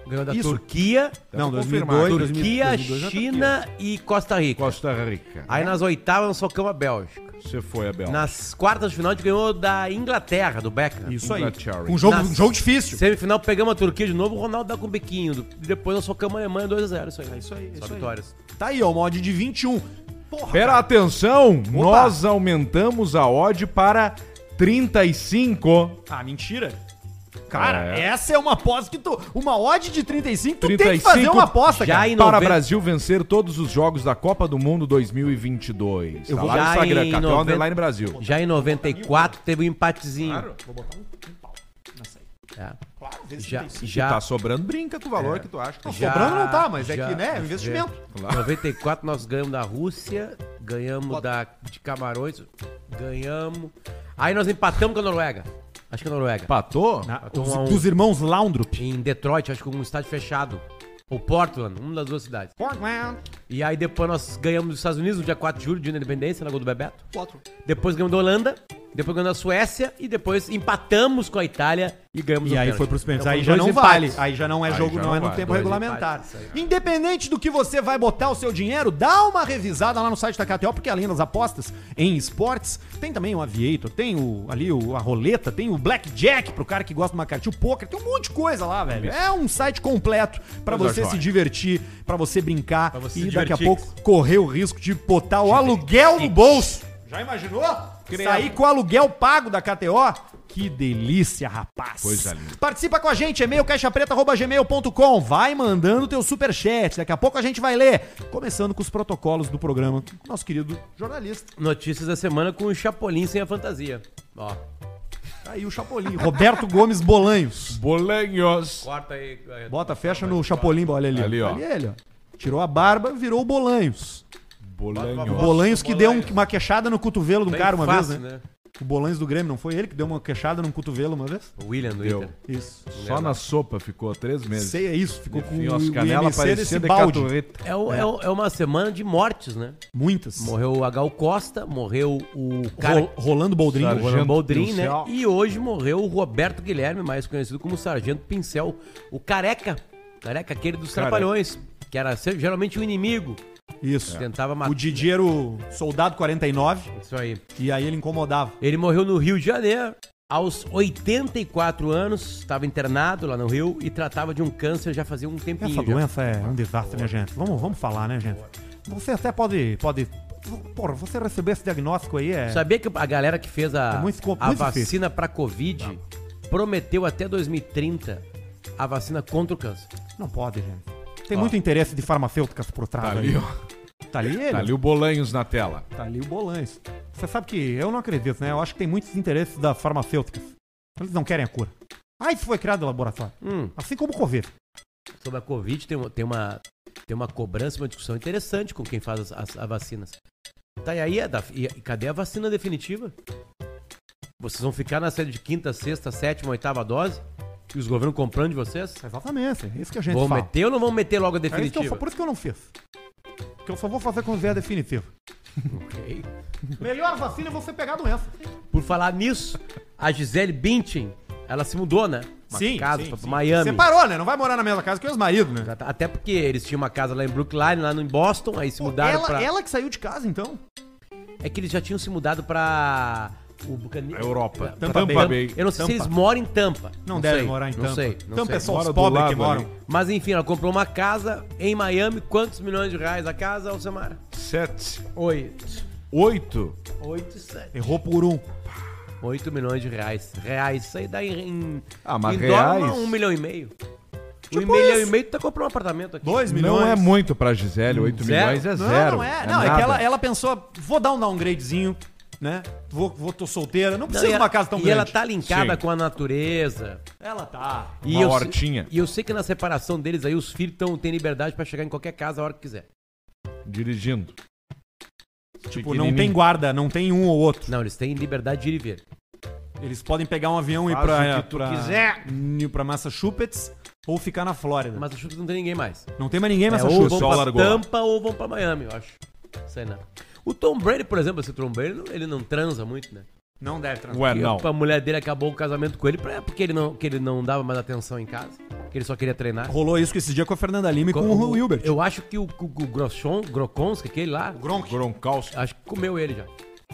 S3: ganhou da
S1: Isso.
S3: Turquia.
S1: Não,
S2: pra
S1: 2002,
S2: confirmar.
S1: 2000,
S3: Turquia,
S1: 2002 já tá
S3: China e Costa Rica.
S2: Costa
S1: Ah.
S2: Rica.
S3: Aí nas oitavas nós socamos a Bélgica.
S2: Você foi, Abel.
S3: Nas quartas de final a gente ganhou da Inglaterra, do Beckham.
S1: Isso aí.
S2: Inglaterra.
S1: Um jogo,
S3: Nas-
S1: um jogo difícil.
S3: Semifinal pegamos a Turquia de novo, o Ronaldo dá com o biquinho. Do- Depois nós socamos a Alemanha 2x0. Isso aí.
S1: É isso aí, é
S3: Só
S1: isso aí.
S3: vitórias.
S1: Tá aí, ó, o mod de 21. Porra,
S2: Pera, atenção! Nós aumentamos a odd para 35.
S1: Ah, mentira. Cara,
S2: É.
S1: essa é uma aposta que tu... Uma odd de 35, tu tem que
S2: 35,
S1: fazer uma aposta,
S3: já
S1: cara.
S3: em
S2: Para
S3: noventa-
S2: o Tá, Brasil vencer todos os jogos da Copa do Mundo 2022.
S3: Eu
S2: Tá
S3: vou-
S2: lá no
S3: Já
S2: Instagram,
S3: em
S2: KTO
S3: 90
S2: Underline
S1: tá
S2: Brasil.
S3: Já em 94 teve um empatezinho.
S1: Vou botar um, um pau nessa aí.
S3: É.
S1: Claro, vezes
S3: Já,
S1: 35.
S2: Já. Tá
S3: já,
S2: sobrando, brinca com o
S1: É.
S2: valor que tu acha.
S1: Não,
S3: já-
S1: sobrando não tá, mas é
S3: já-
S1: que, né, é um investimento.
S3: Em 94 nós ganhamos da Rússia, ganhamos da, de Camarões, ganhamos. Aí nós empatamos com a Noruega. Acho que é a Noruega.
S2: Patou?
S1: Na-
S3: um
S1: os-
S3: a um.
S1: dos irmãos Laundrup.
S3: Em Detroit, acho que um estádio fechado. Ou Portland, uma das duas cidades.
S1: Portland.
S3: E aí depois nós ganhamos dos Estados Unidos no dia 4 de julho, dia da independência, na Gol do Bebeto.
S1: Quatro.
S3: Depois ganhamos da Holanda, Depois ganhou a Suécia e depois empatamos com a Itália e ganhamos
S1: E aí
S3: pênalti.
S1: foi pros pênaltis.
S3: Então
S1: aí
S3: foram
S1: já
S3: dois
S1: não vale.
S3: empates.
S1: Aí já não é
S2: Aí
S1: jogo,
S2: já
S1: não,
S2: não
S1: é no
S2: vale.
S1: tempo
S2: Dois
S1: regulamentar.
S3: empates, isso
S1: Independente do que você vai botar o seu dinheiro, dá uma revisada lá no site da KTO, porque além das apostas em esportes, tem também o Aviator, tem o, ali o, a roleta, tem o Blackjack pro cara que gosta de uma cartinha, o poker, tem um monte de coisa lá, velho. É um site completo pra
S2: Coisa
S1: você se
S2: jóia.
S1: divertir, pra você brincar
S3: Pra você
S1: e
S3: se
S1: daqui a
S3: divertir.
S1: pouco correr o risco de botar o aluguel no bolso. Já imaginou? Sair com o aluguel pago da KTO? Que delícia, rapaz.
S2: Coisa linda.
S1: Participa com a gente, e-mail caixapreta.gmail.com. Vai mandando teu superchat, daqui a pouco a gente vai ler. Começando com os protocolos do programa, com o nosso querido jornalista.
S3: Notícias da semana com o Chapolin sem a fantasia. Ó,
S1: Tá aí o Chapolin, Roberto Gomes Bolanhos.
S2: Bolanhos.
S3: corta aí. é,
S1: Bota, fecha no Chapolin, olha ali.
S2: Ali, ó.
S1: Ali ele, ó. Tirou a barba, virou o Bolanhos.
S2: Bolanhos.
S1: Bolanhos que deu um-
S3: Bolanhos.
S1: uma queixada no cotovelo de um
S3: bem
S1: cara uma
S3: fácil,
S1: vez, né? O Bolanhos do Grêmio, não foi ele que deu uma queixada num cotovelo uma vez?
S3: O William do
S2: Deu.
S3: Inter.
S1: Isso.
S2: Só na sopa ficou três meses.
S1: Sei, é isso. Ficou com
S2: Enfim, as
S1: o IMC desse
S2: canelas pareciam de
S1: balde.
S2: caturreta.
S3: É, o- é o- é uma semana de mortes, né?
S1: Muitas.
S3: Morreu o H.O. Costa, morreu o cara
S1: Ro- Rolando Boldrin.
S3: o Roland
S2: Sargento
S3: Boldrin, né?
S2: Pincel.
S3: E hoje morreu o Roberto Guilherme, mais conhecido como Sargento Pincel, o careca, careca aquele dos
S2: Careca.
S3: trapalhões, que era ser- geralmente o inimigo,
S2: É.
S1: Isso.
S3: tentava matar.
S1: O Didi era o soldado 49
S3: Isso aí.
S1: e aí ele incomodava.
S3: Ele morreu no Rio de Janeiro aos 84 anos, estava internado lá no Rio e tratava de um câncer já fazia um tempinho.
S1: Essa
S3: já.
S1: doença é um desastre, né, gente? Vamos, vamos falar, né, gente? Você até pode... pode... Porra, você receber esse diagnóstico aí é...
S3: Sabia que a galera que fez a,
S1: É muito co-
S3: a
S1: muito
S3: vacina pra Covid prometeu até 2030 a vacina contra o câncer.
S1: Não pode, gente. Tem muito interesse de farmacêuticas por trás
S2: Tá
S1: aí.
S2: ali, ó.
S1: Tá ali ele?
S2: Tá ali o Bolanhos na tela.
S1: Tá ali o Bolanhos. Você sabe que eu não acredito, né? Eu acho que tem muitos interesses da farmacêutica. Eles não querem a cura. Ah, isso foi criado no laboratório.
S3: Hum.
S1: Assim como o Covid.
S3: sobre a Covid tem, uma- tem, uma, tem uma cobrança, uma discussão interessante com quem faz as, as- as vacinas. Tá, e aí, é da- e, e cadê a vacina definitiva? Vocês vão ficar na série de quinta, sexta, sétima, oitava dose? E os governos comprando de vocês?
S1: Exatamente. É isso que a gente
S3: Vão
S1: fala.
S3: meter ou não vão meter logo
S1: É
S3: a
S1: isso que eu
S3: definitiva?
S1: fa- por isso que eu não fiz. Porque eu só vou fazer quando vier a definitiva.
S3: Ok.
S1: Melhor vacina é você pegar a doença.
S3: Por falar nisso, a Gisele Bündchen, ela se mudou, né? Uma casa pra Miami.
S1: Separou, né? Não vai morar na mesma casa que o ex-marido, né?
S3: Já tá- Até porque eles tinham uma casa lá em Brookline, lá no Boston, aí se mudaram
S1: ela,
S3: pra...
S1: ela que saiu de casa, então.
S3: É que eles já tinham se mudado pra. O Bucani...
S2: A Europa.
S3: Pra-
S1: Tampa
S3: pra-
S2: Bay.
S3: Eu não sei se
S1: Tampa.
S3: eles moram em Tampa.
S1: Não, deve
S3: sei,
S1: morar em Tampa.
S3: Não sei. Não
S1: Tampa
S3: sei.
S1: é só os
S2: Mora do
S1: pobres que
S2: lado
S1: moram.
S2: ali.
S3: Mas enfim, ela comprou uma casa em Miami. Quantos milhões de reais a casa, Alcemara?
S2: Sete,
S3: Oito.
S2: oito.
S3: Oito, sete.
S1: Errou por um.
S3: Oito milhões de reais. Reais. Isso aí dá em. em
S2: Ah, mas
S3: em dólar,
S2: reais?
S3: não, um milhão e meio. um
S1: Tipo
S3: milhão
S1: isso.
S3: e meio, tu tá comprando um apartamento aqui.
S1: Dois milhões.
S2: Não é muito pra Gisele, oito
S3: Zero.
S2: milhões é
S1: Não,
S2: zero.
S1: não é. Não, é, que
S2: nada.
S1: ela, ela pensou, vou dar um downgradezinho, né? Vou, vou tô solteira, não
S3: Não,
S1: preciso
S3: e
S1: de
S3: ela-
S1: uma casa tão
S3: e
S1: grande.
S3: ela tá linkada
S2: Sim.
S3: com a natureza.
S1: Ela tá.
S2: Uma
S3: eu se-
S2: hortinha.
S3: E eu sei que na separação deles aí, os filhos tão, têm liberdade pra chegar em qualquer casa a hora que quiser.
S2: Dirigindo.
S1: Tipo, não tem guarda, não tem um ou outro.
S3: Não, eles têm liberdade de ir e vir.
S1: Eles podem pegar um avião e ir
S2: Faz
S1: pra,
S2: o que tu
S1: pra,
S2: quiser.
S1: ir pra Massachusetts ou ficar na Flórida.
S3: Mas o Chutes não tem ninguém mais.
S1: Não tem mais ninguém em
S3: É, ou
S1: Massachusetts.
S3: vão
S2: Só
S3: pra
S2: largou.
S3: Tampa ou vão pra Miami, eu acho. Sei não. O Tom Brady, por exemplo, esse Tom Brady, ele não- ele não transa muito, né?
S1: Não deve transar.
S2: Ué,
S3: E
S2: não.
S3: A mulher dele acabou o casamento com ele pra- porque ele não, que ele não dava mais atenção em casa. Que ele só queria treinar.
S1: Rolou isso que esse dia com a Fernanda Lima e com o Wilbert.
S3: Eu acho que o, o, o Groshon, Grokonski, aquele lá,
S1: Gronk.
S2: Gronkowski,
S3: acho que comeu ele já.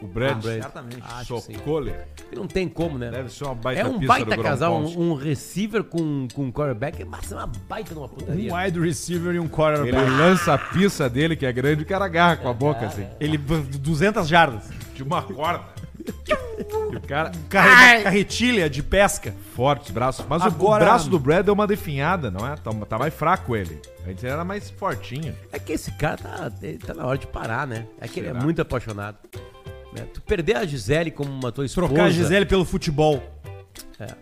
S2: o Brad,
S3: Brady.
S1: Certamente.
S3: Ah, Acho que sim.
S2: Socole.
S3: E Não tem como, né?
S2: Deve ser uma baita
S3: É um
S2: pista
S3: baita
S2: do
S3: casal,
S2: Gronkowski.
S3: um, um receiver com, com um quarterback, mas é uma baita numa putaria. né?
S1: Um wide receiver e um quarterback.
S2: Ele lança a pista dele, que é grande, o cara agarra com a boca, assim.
S1: Ele, 200 jardas.
S2: De uma corda. e o cara,
S1: Carre- Carretilha de pesca.
S2: forte os braços. Mas o-
S1: Agora-
S2: o braço do Brad deu uma definhada, não é? Tá, tá mais fraco ele. Antes ele era mais fortinho.
S3: É que esse cara tá, ele tá na hora de parar, né? É que ele é
S2: Será?
S3: muito apaixonado. né? Tu perder a Gisele como uma tua esposa...
S1: Trocar a Gisele pelo futebol.
S3: É,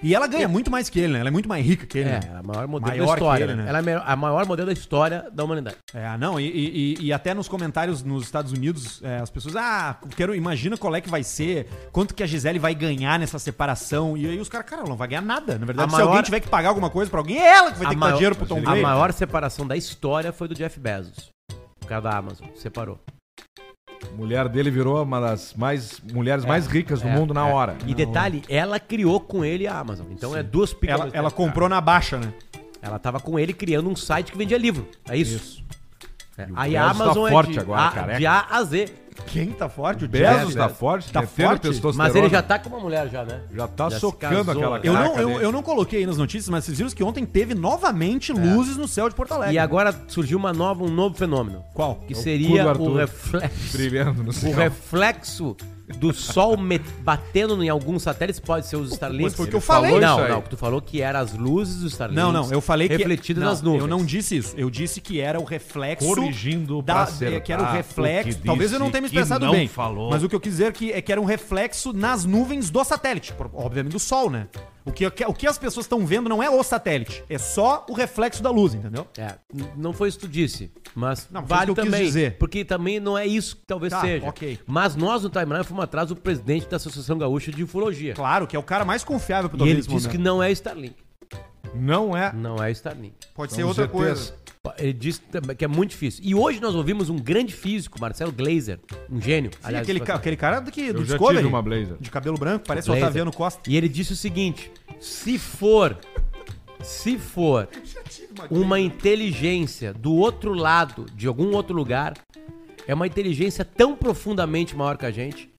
S1: E ela ganha muito mais que ele, né? Ela é muito mais rica que ele.
S3: é,
S1: né?
S3: a maior modelo
S1: Maior
S3: da
S1: que
S3: história.
S1: ele,
S3: né?
S1: né?
S3: Ela é a maior- a maior modelo da história da humanidade.
S1: É, não, e, e- e- e até nos comentários nos Estados Unidos, é, as pessoas, ah, quero, imagina qual é que vai ser, quanto que a Gisele vai ganhar nessa separação. E aí os caras, cara, ela não vai ganhar nada. Na verdade,
S3: A
S1: se
S3: maior-
S1: alguém tiver que pagar alguma coisa pra alguém, é ela que vai ter que dar dinheiro pro Tom
S3: a
S1: Brady.
S3: maior separação da história foi do Jeff Bezos. O cara da Amazon. Separou.
S2: mulher dele virou uma das mais mulheres mais ricas do
S3: é,
S2: mundo na
S3: é.
S2: hora.
S3: E detalhe, ela criou com ele a Amazon. Então é duas picas.
S1: Ela, ela comprou na baixa, né?
S3: Ela tava com ele criando um site que vendia livro. É isso. É,
S2: E o
S3: Aí a
S2: Bezos tá
S3: Amazon
S2: forte
S3: é de
S2: agora,
S3: a,
S2: careca.
S3: de A a Z.
S1: Quem tá forte? O
S2: Bezos
S1: Jeff,
S2: tá
S1: né?
S2: forte,
S1: Tá
S2: metendo
S1: forte?
S2: testosterona.
S3: é, Mas ele já tá com uma mulher já, né?
S2: Já tá
S3: se
S2: socando
S3: casou,
S2: aquela
S3: né?
S1: Eu não,
S2: Caraca,
S1: eu,
S2: dele.
S1: eu não coloquei aí nas notícias, mas vocês viram que ontem teve novamente luzes no céu de Porto Alegre.
S3: E agora surgiu uma nova, um novo fenômeno.
S1: Qual? Que
S3: Que seria
S2: cu do Arthur.
S3: o reflexo.
S2: brilhando no
S3: O
S2: céu.
S3: reflexo do sol met- batendo em alguns satélites pode ser os Starlinks.
S1: Mas foi o que eu
S3: Ele
S1: falei.
S3: falou
S2: isso
S3: Não,
S2: aí.
S3: não, o que tu falou que eram as luzes dos Starlinks.
S1: Não, não, eu falei que.
S3: refletidas
S1: não,
S3: nas nuvens.
S1: Eu não disse isso. Eu disse que era o reflexo.
S2: Corrigindo pra
S1: da, é,
S2: acertar
S1: que era o
S2: o
S1: reflexo.
S2: que
S1: talvez eu não
S2: disse
S1: tenha me
S2: que
S1: expressado
S2: não
S1: bem.
S2: falou.
S1: Mas o que eu quis dizer que, é que era um reflexo nas nuvens do satélite. por- Obviamente do sol, né? O que, o que as pessoas estão vendo não é o satélite. É só o reflexo da luz, entendeu?
S3: É, n- não foi isso que tu disse, mas
S1: Não, foi
S3: vale
S1: isso que eu quis
S3: também,
S1: dizer.
S3: porque também não é isso que talvez
S1: Tá,
S3: seja.
S1: ok.
S3: Mas nós no Timeline fomos atrás do presidente da Associação Gaúcha de Ufologia.
S1: Claro, né? que é o cara mais confiável pra
S3: E
S1: ouvir
S3: ele
S1: nesse
S3: disse que
S1: momento.
S3: não é Starlink.
S2: Não é. Então
S3: Não é Starlink.
S1: Pode
S2: São
S1: ser outra
S2: ZTs.
S1: coisa.
S3: Ele disse também que é muito difícil. E hoje nós ouvimos um grande físico, Marcelo Glazer, um gênio.
S1: Sim, aquele, ca- aquele cara do, que, do
S2: Eu já
S1: Discovery.
S2: tive uma blazer.
S1: De cabelo branco, parece o
S3: Glazer.
S1: Otaviano Costa.
S3: E ele disse o seguinte: se for, se for uma inteligência do outro lado, de algum outro lugar, é uma inteligência tão profundamente maior que a gente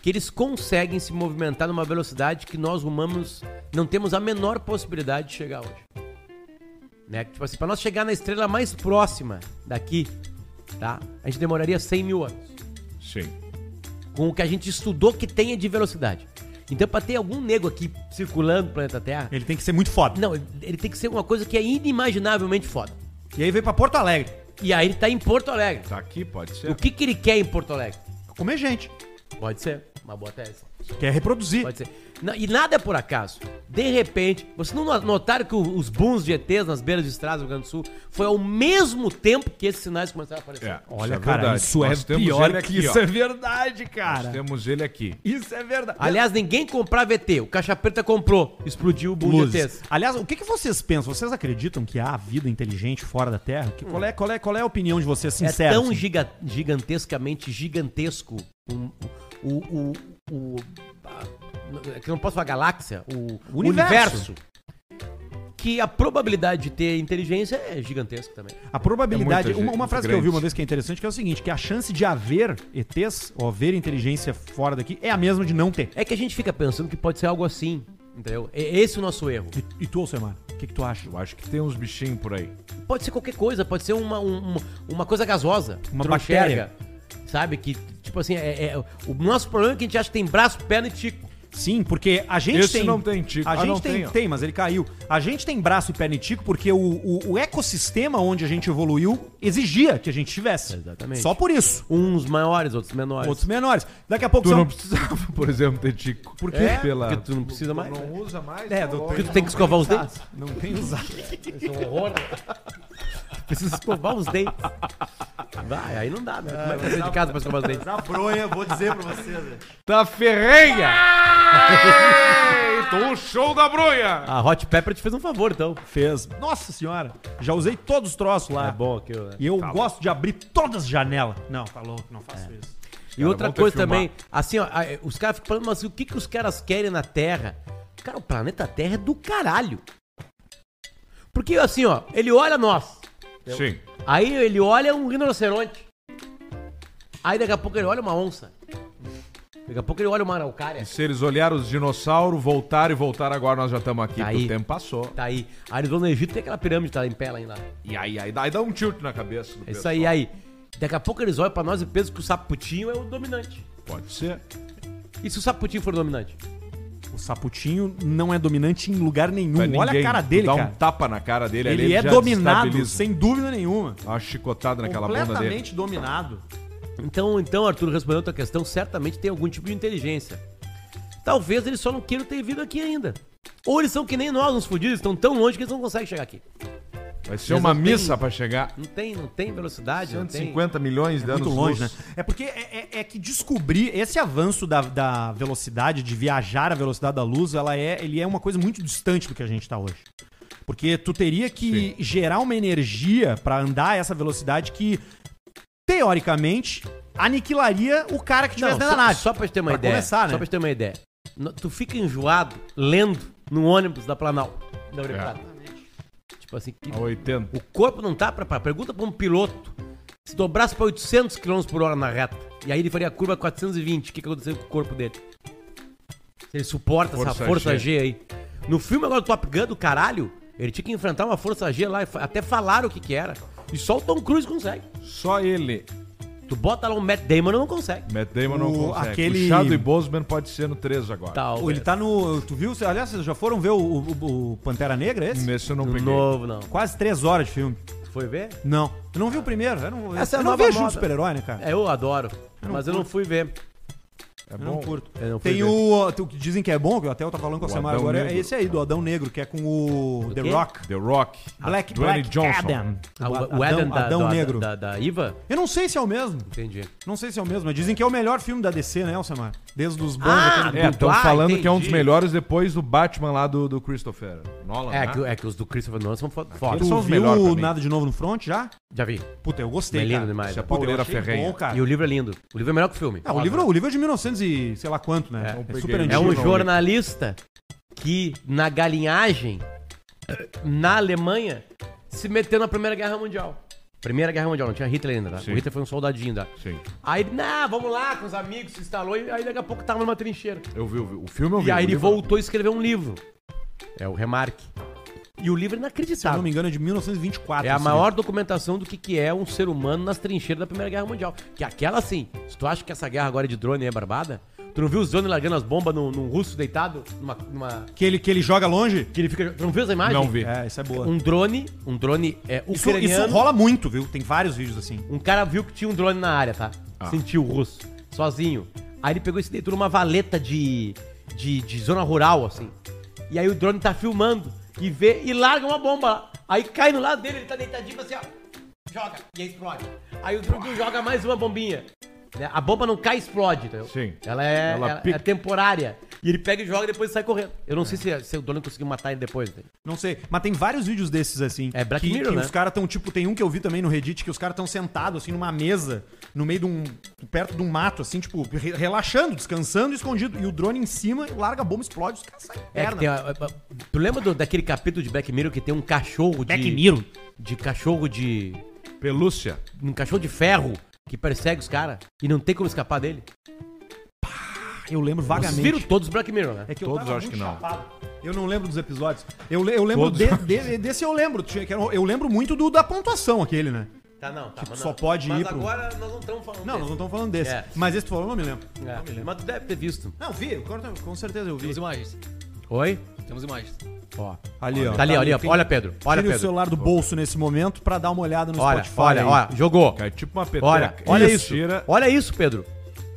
S3: que eles conseguem se movimentar numa velocidade que nós humanos não temos a menor possibilidade de chegar hoje. Né? Tipo assim, pra nós chegar na estrela mais próxima daqui, tá? A gente demoraria 100 mil anos
S2: Sim.
S3: com o que a gente estudou que tenha de velocidade. Então, pra ter algum nego aqui circulando o planeta Terra,
S1: Ele tem que ser muito foda.
S3: não, ele- ele tem que ser uma coisa que é inimaginavelmente foda.
S1: E aí veio pra Porto Alegre.
S3: E aí ele tá em Porto Alegre.
S2: Tá aqui, pode ser.
S3: O que, que ele quer em Porto Alegre?
S1: Comer gente.
S3: Pode ser, uma boa tese.
S1: Quer reproduzir.
S3: Pode ser. Na- e nada é por acaso. De repente, vocês não no- notaram que o- os booms de ETs nas beiras de estradas do Rio Grande do Sul foi ao mesmo tempo que esses sinais começaram a aparecer.
S2: É,
S1: Olha,
S2: é
S1: cara,
S2: verdade.
S1: isso
S2: Nós
S1: é
S2: temos
S1: pior
S2: ele
S1: que
S2: aqui,
S1: isso.
S2: ó.
S1: É verdade, cara.
S2: Nós temos ele aqui.
S1: Isso é verdade.
S3: Aliás, ninguém comprava ET. O Caixa Preta comprou. Explodiu o boom de ETs.
S1: Luzes. Aliás, o que, que vocês pensam? Vocês acreditam que há vida inteligente fora da Terra? Que- qual, é, qual, é, qual é a opinião de vocês,
S3: É
S1: sincera?
S3: tão
S1: assim?
S3: giga- gigantescamente gigantesco um- o. o, o, a- é que eu não posso falar galáxia, o
S1: O
S3: universo.
S1: universo.
S3: Que a probabilidade de ter inteligência é gigantesca também.
S1: A probabilidade. uma,
S2: É muita gente,
S1: uma
S2: muito
S1: frase que eu vi
S2: grande.
S1: uma vez que é interessante que é o seguinte: que a chance de haver ETs, ou haver inteligência fora daqui, é a mesma de não ter.
S3: É que a gente fica pensando que pode ser algo assim, entendeu? É esse o nosso erro.
S1: E, e tu, Alcemar? O que, que tu acha?
S2: Eu acho que tem uns bichinhos por aí.
S3: Pode ser qualquer coisa, pode ser uma, um- uma, uma coisa gasosa.
S1: Uma
S3: não
S1: bactéria.
S3: enxerga, Sabe? Que, tipo assim, é- é- o nosso problema é que a gente acha que tem braço, perna e tico.
S1: Sim, porque a gente
S2: Esse
S1: tem.
S2: não tem tico.
S1: A
S2: Ah,
S1: gente
S2: não
S1: tem,
S2: tem, ó.
S1: tem, mas ele caiu. A gente tem braço e perna e tico porque o, o, o ecossistema onde a gente evoluiu exigia que a gente tivesse.
S3: Exatamente.
S1: Só por isso.
S3: Uns maiores, outros menores.
S1: Outros menores. Daqui a pouco
S2: Tu
S1: são-
S2: não precisava, por exemplo, ter tico. Por
S3: quê? Porque tu não precisa mais,
S2: Não
S3: né?
S2: usa mais.
S1: É,
S2: tá
S1: doutor.
S2: bom.
S3: Porque tu tem que escovar os dentes.
S1: Não tem usado.
S3: Isso é um é horror. né? Precisa escovar os dentes. Vai, aí não dá, né? Como é que vai sair de casa pra escovar os dentes?
S1: Na bronha, vou dizer pra vocês. né?
S2: Tá ferrenha! Eita, o show da bronha!
S3: A Hot Pepper te fez um favor, então.
S1: Fez. Nossa senhora, já usei todos os troços lá.
S3: É bom aquilo, né?
S1: E eu gosto de abrir todas as janelas. Não, tá louco, não faço isso.
S3: E outra
S2: vão ter
S3: coisa
S2: que filmar.
S3: também, assim, ó, a- os caras ficam falando, mas o que, que os caras querem na Terra? Cara, o planeta Terra é do caralho. Porque, assim, ó, ele olha nós.
S2: Sim.
S3: Aí ele olha um rinoceronte. Aí daqui a pouco ele olha uma onça. Daqui a pouco ele olha uma araucária.
S2: E se eles olharam os dinossauros, voltaram e voltaram agora, nós já estamos aqui.
S3: Tá
S2: porque
S3: aí.
S2: O tempo passou.
S3: Tá aí. Aí eles vão no Egito, tem aquela pirâmide tá em pé lá em lá.
S2: E aí, aí, dá- aí dá um tilt na cabeça do
S3: É isso aí,
S2: pessoal.
S3: aí. Daqui a pouco eles olham pra nós e pensam que o saputinho é o dominante.
S2: Pode ser.
S3: E se o saputinho for o dominante?
S1: O Saputinho não é dominante em lugar nenhum.
S2: Pra
S1: Olha
S2: ninguém.
S1: a cara
S2: Tu
S1: dele,
S2: dá
S1: cara.
S2: um tapa na cara dele ali,
S1: Ele é
S2: já
S1: dominado,
S2: desestabiliza.
S1: sem dúvida nenhuma.
S2: Dá uma chicotada naquela bunda dele.
S1: Completamente dominado.
S3: Então, então, Arthur, respondendo a tua questão, certamente tem algum tipo de inteligência. Talvez eles só não queiram ter vindo aqui ainda. Ou eles são que nem nós, uns fudidos, estão tão longe que eles não conseguem chegar aqui.
S2: Vai ser
S3: Mas
S2: uma
S3: não tem-
S2: missa pra chegar.
S3: Não tem, não tem velocidade, não tem...
S2: 150 milhões de anos
S1: Muito longe, né?
S2: luz.
S1: É porque é, é- é que descobrir esse avanço da, da velocidade, de viajar a velocidade da luz, ela é, ele é uma coisa muito distante do que a gente está hoje. Porque tu teria que gerar uma energia para andar a essa velocidade que, teoricamente, aniquilaria o cara que
S3: Não,
S1: tivesse dentro
S3: só,
S1: da nave.
S3: só pra gente ter uma
S1: Pra
S3: ideia.
S1: começar, né?
S3: Só pra gente ter uma ideia. No- Tu fica enjoado lendo no ônibus da Planal. Da Uripata.
S1: É.
S3: Tipo assim, que-
S2: A 80.
S3: o corpo não tá preparado. Pergunta pra um piloto se dobrasse pra 800 km por hora na reta. E aí ele faria a curva 420. O que que aconteceu com o corpo dele? Se Ele suporta essa
S2: Força
S3: força G. aí. No filme agora do Top Gun do caralho, ele tinha que enfrentar uma força G lá. e fa- Até falaram o que que era. E só o Tom Cruise consegue.
S2: Só ele.
S3: Tu bota lá o Matt Damon não consegue.
S2: Matt Damon não
S1: O-
S2: consegue.
S1: aquele-
S2: O Chadwick Boseman pode ser no 3 agora.
S3: Tal,
S1: Ou ele tá no. Tu viu? Aliás, vocês já foram ver o, o- o Pantera Negra esse?
S2: Nesse eu não
S3: No
S2: peguei.
S3: novo, não.
S1: Quase três horas de filme.
S3: Foi ver?
S1: Não. Eu não vi o primeiro. Eu não,
S3: Essa é
S1: eu
S3: a
S1: não
S3: nova
S1: vejo um
S3: moda.
S1: super-herói, né, cara?
S3: É, eu adoro.
S1: não
S3: mas eu
S1: curto.
S3: não fui ver.
S2: É
S1: Eu não
S2: bom.
S1: curto.
S3: Eu não fui
S1: Tem
S3: ver.
S1: o. ó, tu- que dizem que é bom, que eu até eu tô falando com a
S2: O
S1: Samara
S2: Adão
S1: agora. É
S2: Negro.
S1: esse aí, do Adão Negro, que é com o The
S3: quê?
S1: Rock.
S2: The Rock.
S1: Black,
S2: Dwayne
S1: Black
S2: Johnson.
S1: Adam.
S3: Ah, o, o
S1: Adão,
S3: Adam da,
S1: Adão
S3: da-
S1: Negro.
S3: Da, da Iva?
S1: Eu não sei se é o mesmo.
S3: Entendi.
S1: Não sei se é o mesmo. Mas dizem que é o melhor filme da DC, né, Samara? Desde os bons.
S3: Ah,
S1: aquele-
S2: É, estão
S3: Dubai,
S2: falando que é um dos
S3: entendi.
S2: melhores depois do Batman lá do, do Christopher Nolan.
S3: É
S2: né?
S3: que, é que os do Christopher Nolan são fo-
S1: Tu
S3: foda.
S2: são os
S1: viu
S2: melhores pra
S1: o
S2: mim.
S1: Nada de Novo no Front já?
S3: Já vi.
S1: Puta, eu gostei,
S3: É lindo
S1: cara.
S3: demais.
S2: Isso é
S3: né?
S1: Puta, eu
S2: pauleira
S1: achei
S2: ferrenha.
S1: bom, cara.
S3: E o livro é lindo. O livro é melhor que o filme.
S1: É, o, livro, o livro é de 1900 e sei lá quanto, né?
S2: não
S1: É,
S2: peguei.
S1: super antigo.
S3: É um
S2: não,
S3: jornalista que, na galinhagem, na Alemanha, se meteu na Primeira Guerra Mundial. Primeira Guerra Mundial, não tinha Hitler ainda, tá?
S2: Sim.
S3: O Hitler foi um soldadinho, tá?
S2: Sim.
S3: Aí, não, vamos lá, com os amigos, se instalou, e aí daqui a pouco tava numa trincheira.
S2: Eu vi, eu vi. o filme eu vi.
S3: E aí
S2: o
S3: ele
S1: é-
S2: livro-
S3: voltou a escrever um livro. É o Remarque. E o livro
S1: Se
S3: é
S1: eu não
S3: inacreditável.
S1: me engano, é de 1924.
S3: É a
S1: esse
S3: maior documentação do que, que é um ser humano nas trincheiras da Primeira Guerra Mundial. Que aquela, assim, se tu acha que essa guerra agora de drone é barbada, tu não viu os drones largando as bombas num, num russo deitado? Numa, numa-
S1: livro. Que ele, que ele joga longe?
S3: Que ele fica... Tu não viu essa imagem?
S2: Não vi.
S1: É, isso é boa.
S3: Um drone, um drone é,
S1: Isso,
S3: ucraniano.
S1: isso rola muito, viu? Tem vários vídeos assim.
S3: Um cara viu que tinha um drone na área, tá?
S2: Ah.
S3: Sentiu o russo, sozinho. Aí ele pegou esse deitou numa valeta de, de, de zona rural, assim. E aí o drone tá filmando e vê e larga uma bomba lá. Aí cai no lado dele, ele tá deitadinho assim, ó. Joga e aí explode. Aí o drone joga mais uma bombinha. né? A bomba não cai e explode, entendeu?
S2: Sim.
S3: Ela é,
S2: Ela
S3: ela
S2: pica.
S3: é temporária. E ele pega e joga e depois sai correndo. Eu não sei se, se o drone conseguiu matar ele depois. né? entendeu?
S1: Não sei, mas tem vários vídeos desses assim.
S3: É Black
S1: que,
S3: Mirror,
S1: que
S3: né?
S1: os caras tão tipo, tem um que eu vi também no Reddit que os caras tão sentados assim numa mesa, no meio de um perto de um mato assim, tipo, re- relaxando, descansando, escondido, e o drone em cima larga a bomba, explode, os caras saem
S3: É
S1: perna.
S3: que tem a- a- a- tu lembra do- daquele capítulo de Black Mirror que tem um cachorro de.
S1: Black Mirror?
S3: De cachorro de.
S2: Pelúcia.
S3: Um cachorro de ferro que persegue os caras e não tem como escapar dele.
S1: Eu lembro
S3: Vocês
S1: vagamente.
S3: viram todos Black Mirror, né?
S1: É que eu
S2: Todos
S1: tava
S2: acho
S1: muito
S2: que não.
S1: chapado. Eu não lembro dos episódios. Eu, le- eu lembro
S2: Todos
S1: de-
S2: acho
S1: de- desse eu lembro, tinha que era um- eu lembro muito do da pontuação aquele, né?
S3: Tá, não, tá. mas
S1: só
S3: não.
S1: pode
S3: mas
S1: ir pro-
S3: agora nós não estamos falando.
S1: Não, nós não estamos falando desse.
S3: É.
S1: Mas esse tu falou, eu não me lembro.
S3: desse. É, Mas tu deve ter visto.
S1: Não, vi, agora com certeza eu vi.
S4: Temos imagens.
S3: Oi?
S4: Temos imagens.
S3: Ó.
S1: Ali, ó.
S3: Tá ali, ali, ó.
S1: tem-
S3: Olha, Pedro. Olha,
S1: Tire o
S3: Pedro.
S1: celular do bolso nesse momento pra dar uma olhada no
S3: Olha,
S1: Spotify.
S3: olha,
S1: aí.
S3: olha. Jogou.
S2: É tipo uma peteca.
S3: Olha, olha isso.
S2: Tira...
S3: Olha isso, Pedro.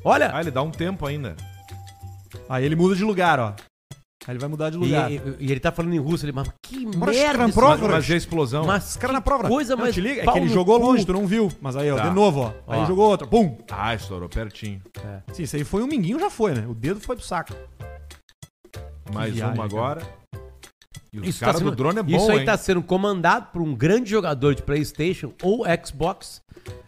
S3: Olha.
S2: Ah, ele dá um tempo ainda.
S1: Aí ele muda de lugar, ó. Aí ele vai mudar de
S3: E,
S1: lugar.
S3: e- e ele tá falando em russo. Ele, mas que
S1: Mas
S3: merda. isso,
S1: comprova,
S2: Mas,
S1: Prova,
S2: mas é explosão.
S3: Mas
S1: Esse cara na prova.
S3: coisa
S1: não,
S3: mais
S1: te liga, é
S3: pau
S1: que ele
S3: no
S1: jogou
S3: cu.
S1: longe, tu não viu. Mas aí, ó,
S2: Tá.
S1: de novo, ó. Aí
S3: Ó.
S1: jogou outra. Pum.
S2: Ah, estourou pertinho.
S1: Sim, isso aí foi um minguinho, já foi, né? O dedo foi pro saco.
S2: Mais
S1: viagem,
S2: uma
S1: cara.
S2: agora. E os
S3: Isso
S2: caras
S3: tá sendo-
S2: do drone é bom,
S3: Isso aí
S2: hein?
S3: tá sendo comandado por um grande jogador de Playstation ou Xbox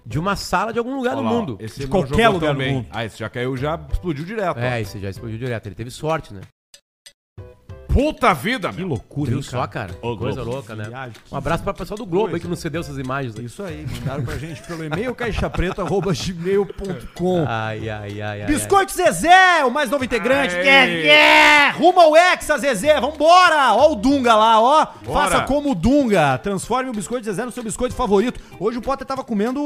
S3: de uma sala de algum lugar
S2: Olha
S3: do
S2: lá, ó,
S3: mundo.
S2: Esse
S1: De
S2: irmão
S1: qualquer
S2: jogou
S1: lugar do mundo.
S2: Ah, esse já caiu, já explodiu direto.
S3: É, esse já explodiu direto. Ele teve sorte, né?
S2: ó. Puta vida,
S1: Que
S2: meu.
S1: loucura,
S3: Viu
S1: hein,
S3: só, cara?
S2: Ô,
S3: Coisa
S2: Globo.
S3: louca, né?
S1: Viagem, que
S3: Um abraço pra pessoal do Globo
S1: coisa.
S3: aí que nos cedeu essas imagens. né? aí.
S1: Isso aí, mandaram pra gente pelo e-mail caixapreta.gmail.com.
S3: Ai, ai, ai, ai.
S1: É. Biscoito Zezé, o mais novo integrante.
S2: Aê.
S1: Quer, quer! é. Rumo ao Hexa, Zezé, vambora! Ó o Dunga lá, ó.
S2: Bora.
S1: Faça como o Dunga. Transforme o Biscoito Zezé no seu biscoito favorito. Hoje o Potter tava comendo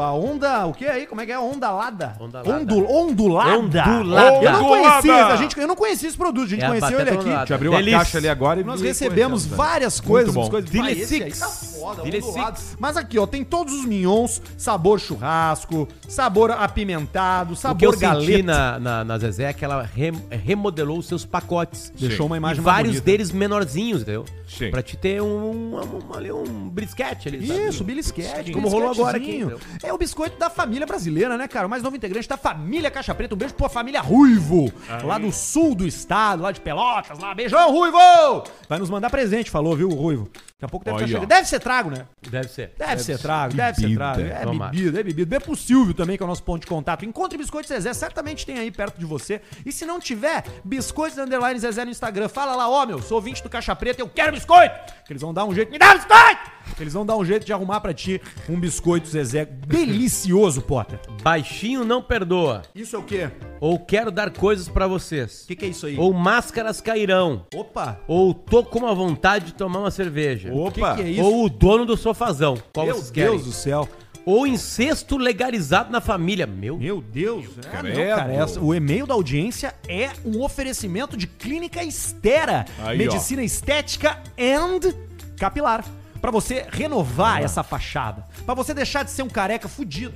S1: a onda, o que aí? Como é que é? Ondalada.
S3: Ondalada.
S1: Ondu- ondulada.
S3: Ondulada.
S1: Eu não conhecia,
S2: Ondulada.
S1: a gente, eu não conhecia esse produto, a gente
S3: É,
S1: conheceu
S3: batata
S1: ele aqui.
S3: ondulada.
S2: A gente abriu
S3: Delícia.
S2: a caixa ali agora e
S1: Nós
S2: e
S1: recebemos
S2: conhecemos, né?
S1: várias coisas,
S2: bom.
S1: biscoitos.
S3: Dile
S1: Mas esse aí
S3: Six.
S1: tá foda,
S3: Dile
S1: ondulado. Mas aqui, ó, tem todos os mignons, sabor churrasco, sabor apimentado,
S3: O que eu
S1: sabor
S3: senti
S1: galeta.
S3: na, na, na Zezé é que ela re- remodelou os seus pacotes.
S1: Deixou uma imagem
S3: E
S1: mais
S3: vários
S1: bonita.
S3: deles menorzinhos, entendeu?
S2: Sim.
S3: Pra te ter um, um, um, ali, um brisquete ali. sabe?
S1: Isso, belisquete.
S3: Como rolou agora aqui,
S1: belisquetezinho.
S3: entendeu?
S1: É o biscoito da família brasileira, né, cara? O mais novo integrante da família Caixa Preta. Um beijo pra família Ruivo, lá do sul do estado, lá de Pelotas, lá. Beijão, Ruivo! Vai nos mandar presente, falou, viu, o Ruivo? Daqui a pouco deve estar
S2: Olha.
S1: chegando. Deve ser trago, né?
S3: Deve ser.
S1: Deve, ser trago, deve ser
S2: bebida.
S1: trago. É
S3: Tomara.
S1: bebida, é bebida. Vem pro Silvio também, que é o nosso ponto de contato. Encontre Biscoito Zezé, certamente tem aí perto de você. E se não tiver, Biscoitos Underline Zezé no Instagram. Fala lá, ó, meu, sou ouvinte do Caixa Preta, eu quero biscoito! Que eles vão dar um jeito, me dá biscoito! Que eles vão dar um jeito de arrumar pra ti um Biscoito Zezé delicioso, Potter.
S3: Baixinho não perdoa.
S1: Isso é o quê?
S3: Ou quero dar coisas pra vocês.
S1: O que, que é isso aí?
S3: Ou máscaras cairão.
S1: Opa!
S3: Ou tô com uma vontade de tomar uma cerveja.
S1: O que, que é isso?
S3: Ou o dono do sofazão. Qual
S1: meu
S3: vocês querem?
S1: Deus do céu.
S3: Ou incesto legalizado na família. Meu
S1: Meu Deus, é,
S2: Credo.
S1: não, cara, essa- o e-mail da audiência é um oferecimento de Clínica Estera,
S2: Aí,
S1: medicina estética and capilar, Pra você renovar essa fachada, Pra você deixar de ser um careca fudido,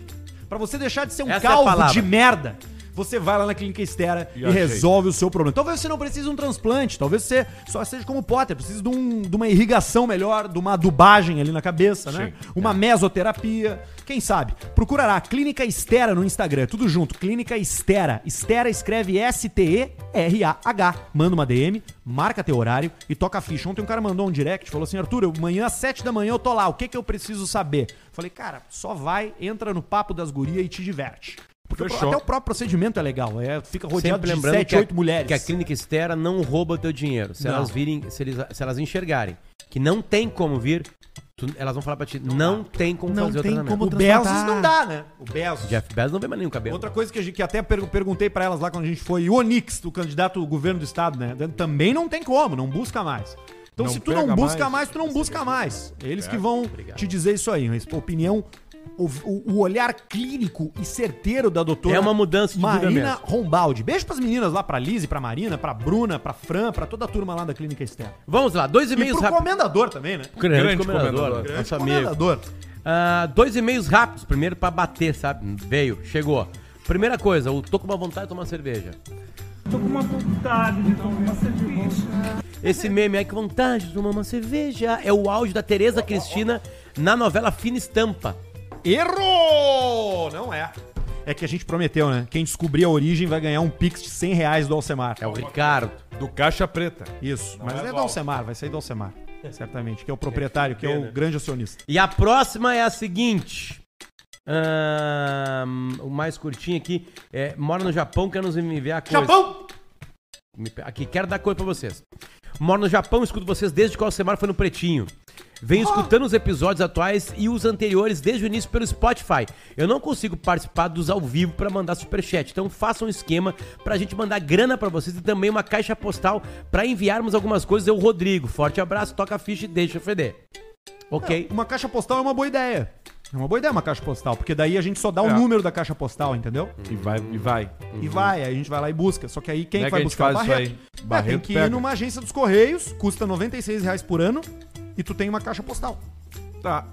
S1: Pra você deixar de ser um
S3: Essa é a
S1: calvo
S3: palavra.
S1: de merda. Você vai lá na Clínica Estera e,
S2: E ajeita.
S1: resolve o seu problema. Talvez você não precise de um transplante, talvez você só seja como o Potter, precise de, um- de uma irrigação melhor, de uma adubagem ali na cabeça, né?
S2: Sim. é.
S1: Uma mesoterapia. Quem sabe? Procurará Clínica Estera no Instagram. Tudo junto. Clínica Estera. Estera escreve S-T-E-R-A-H. Manda uma DM, marca teu horário e toca a ficha. Ontem um cara mandou um direct, falou assim: Arthur, eu- amanhã às 7 da manhã eu tô lá. O que que eu preciso saber? Falei, cara, só vai, entra no papo das gurias e te diverte. Porque o pro-
S2: Fechou.
S1: até o próprio procedimento é legal. É, fica rodeado
S3: Sempre
S1: de
S3: lembrando
S1: 7,
S3: que, a,
S1: 8 mulheres.
S3: que a clínica estera não rouba teu dinheiro. Se
S1: Não.
S3: elas virem, se, eles- se elas enxergarem que não tem como vir, tu- elas vão falar pra ti, não, tem como
S4: Não
S3: fazer o
S4: tem
S3: tratamento.
S4: como
S1: o
S4: transplantar.
S1: Bezos não dá, né? O Bezos.
S3: Jeff Bezos não vê mais nenhum cabelo.
S1: Outra coisa que, a gente, que até per- perguntei pra elas lá quando a gente foi, e o Onix, o candidato do governo do estado, né? Também não tem como, não busca mais. Então
S2: Não
S1: se tu não
S2: pega
S1: busca mais,
S2: mais,
S1: tu não busca mais. Eles que vão te dizer isso aí, mas opinião o, o- o olhar clínico e certeiro da doutora
S3: É uma mudança de vida
S1: Marina
S3: mesmo.
S1: Rombaldi. Beijo pras meninas lá, pra Liz, pra Marina, pra Bruna, pra Fran, pra toda a turma lá da Clínica Externa.
S3: Vamos lá, dois
S1: E
S3: e-mails
S1: pro
S3: rápidos.
S1: comendador também, né?
S3: Grande,
S2: Grande
S3: comendador,
S2: comendador.
S3: nosso
S1: Grande
S3: amigo. Ah, dois e-mails rápidos, primeiro pra bater, sabe? Veio, chegou. Primeira coisa, eu tô com uma vontade de tomar cerveja.
S5: Tô com uma vontade de tomar uma cerveja.
S3: Esse meme aí, que vontade de tomar uma cerveja. É o áudio da Tereza Cristina na novela Fina Estampa.
S1: Errou! Não é. É que a gente prometeu, né? Quem descobrir a origem vai ganhar um pix de 100 reais do Alcemar.
S3: É o Ricardo.
S2: Do Caixa Preta.
S1: Isso, mas
S2: é
S1: é,
S2: do
S1: do Alcemar, vai sair do Alcemar, certamente, que é o proprietário, que é o grande acionista.
S3: E a próxima é a seguinte. Ahn, o mais curtinho aqui. É, mora no Japão, quer nos enviar coisa. Me pe- Aqui, quero dar coisa pra vocês. Moro no Japão, escuto vocês desde que o Alcemar foi no Pretinho. Venho escutando os episódios atuais e os anteriores desde o início pelo Spotify. Eu não consigo participar dos ao vivo pra mandar superchat, então faça um esquema pra gente mandar grana pra vocês e também uma caixa postal pra enviarmos algumas coisas. Eu, Rodrigo, forte abraço, toca a ficha e deixa feder. Ok?
S1: Uma caixa postal é uma boa ideia. É uma boa ideia uma caixa postal, porque daí a gente só dá o
S2: É.
S1: número da caixa postal, entendeu?
S2: E vai, e vai.
S1: E vai, aí a gente vai lá e busca. Só que aí quem
S2: Como é
S1: que vai
S2: que a gente
S1: buscar o
S2: faz isso
S1: Barreto?
S2: aí?
S1: É, tem
S2: Barreto
S1: que
S2: pega.
S1: ir numa agência dos Correios, custa R$ 96 reais por ano, e tu tem uma caixa postal.
S2: Tá.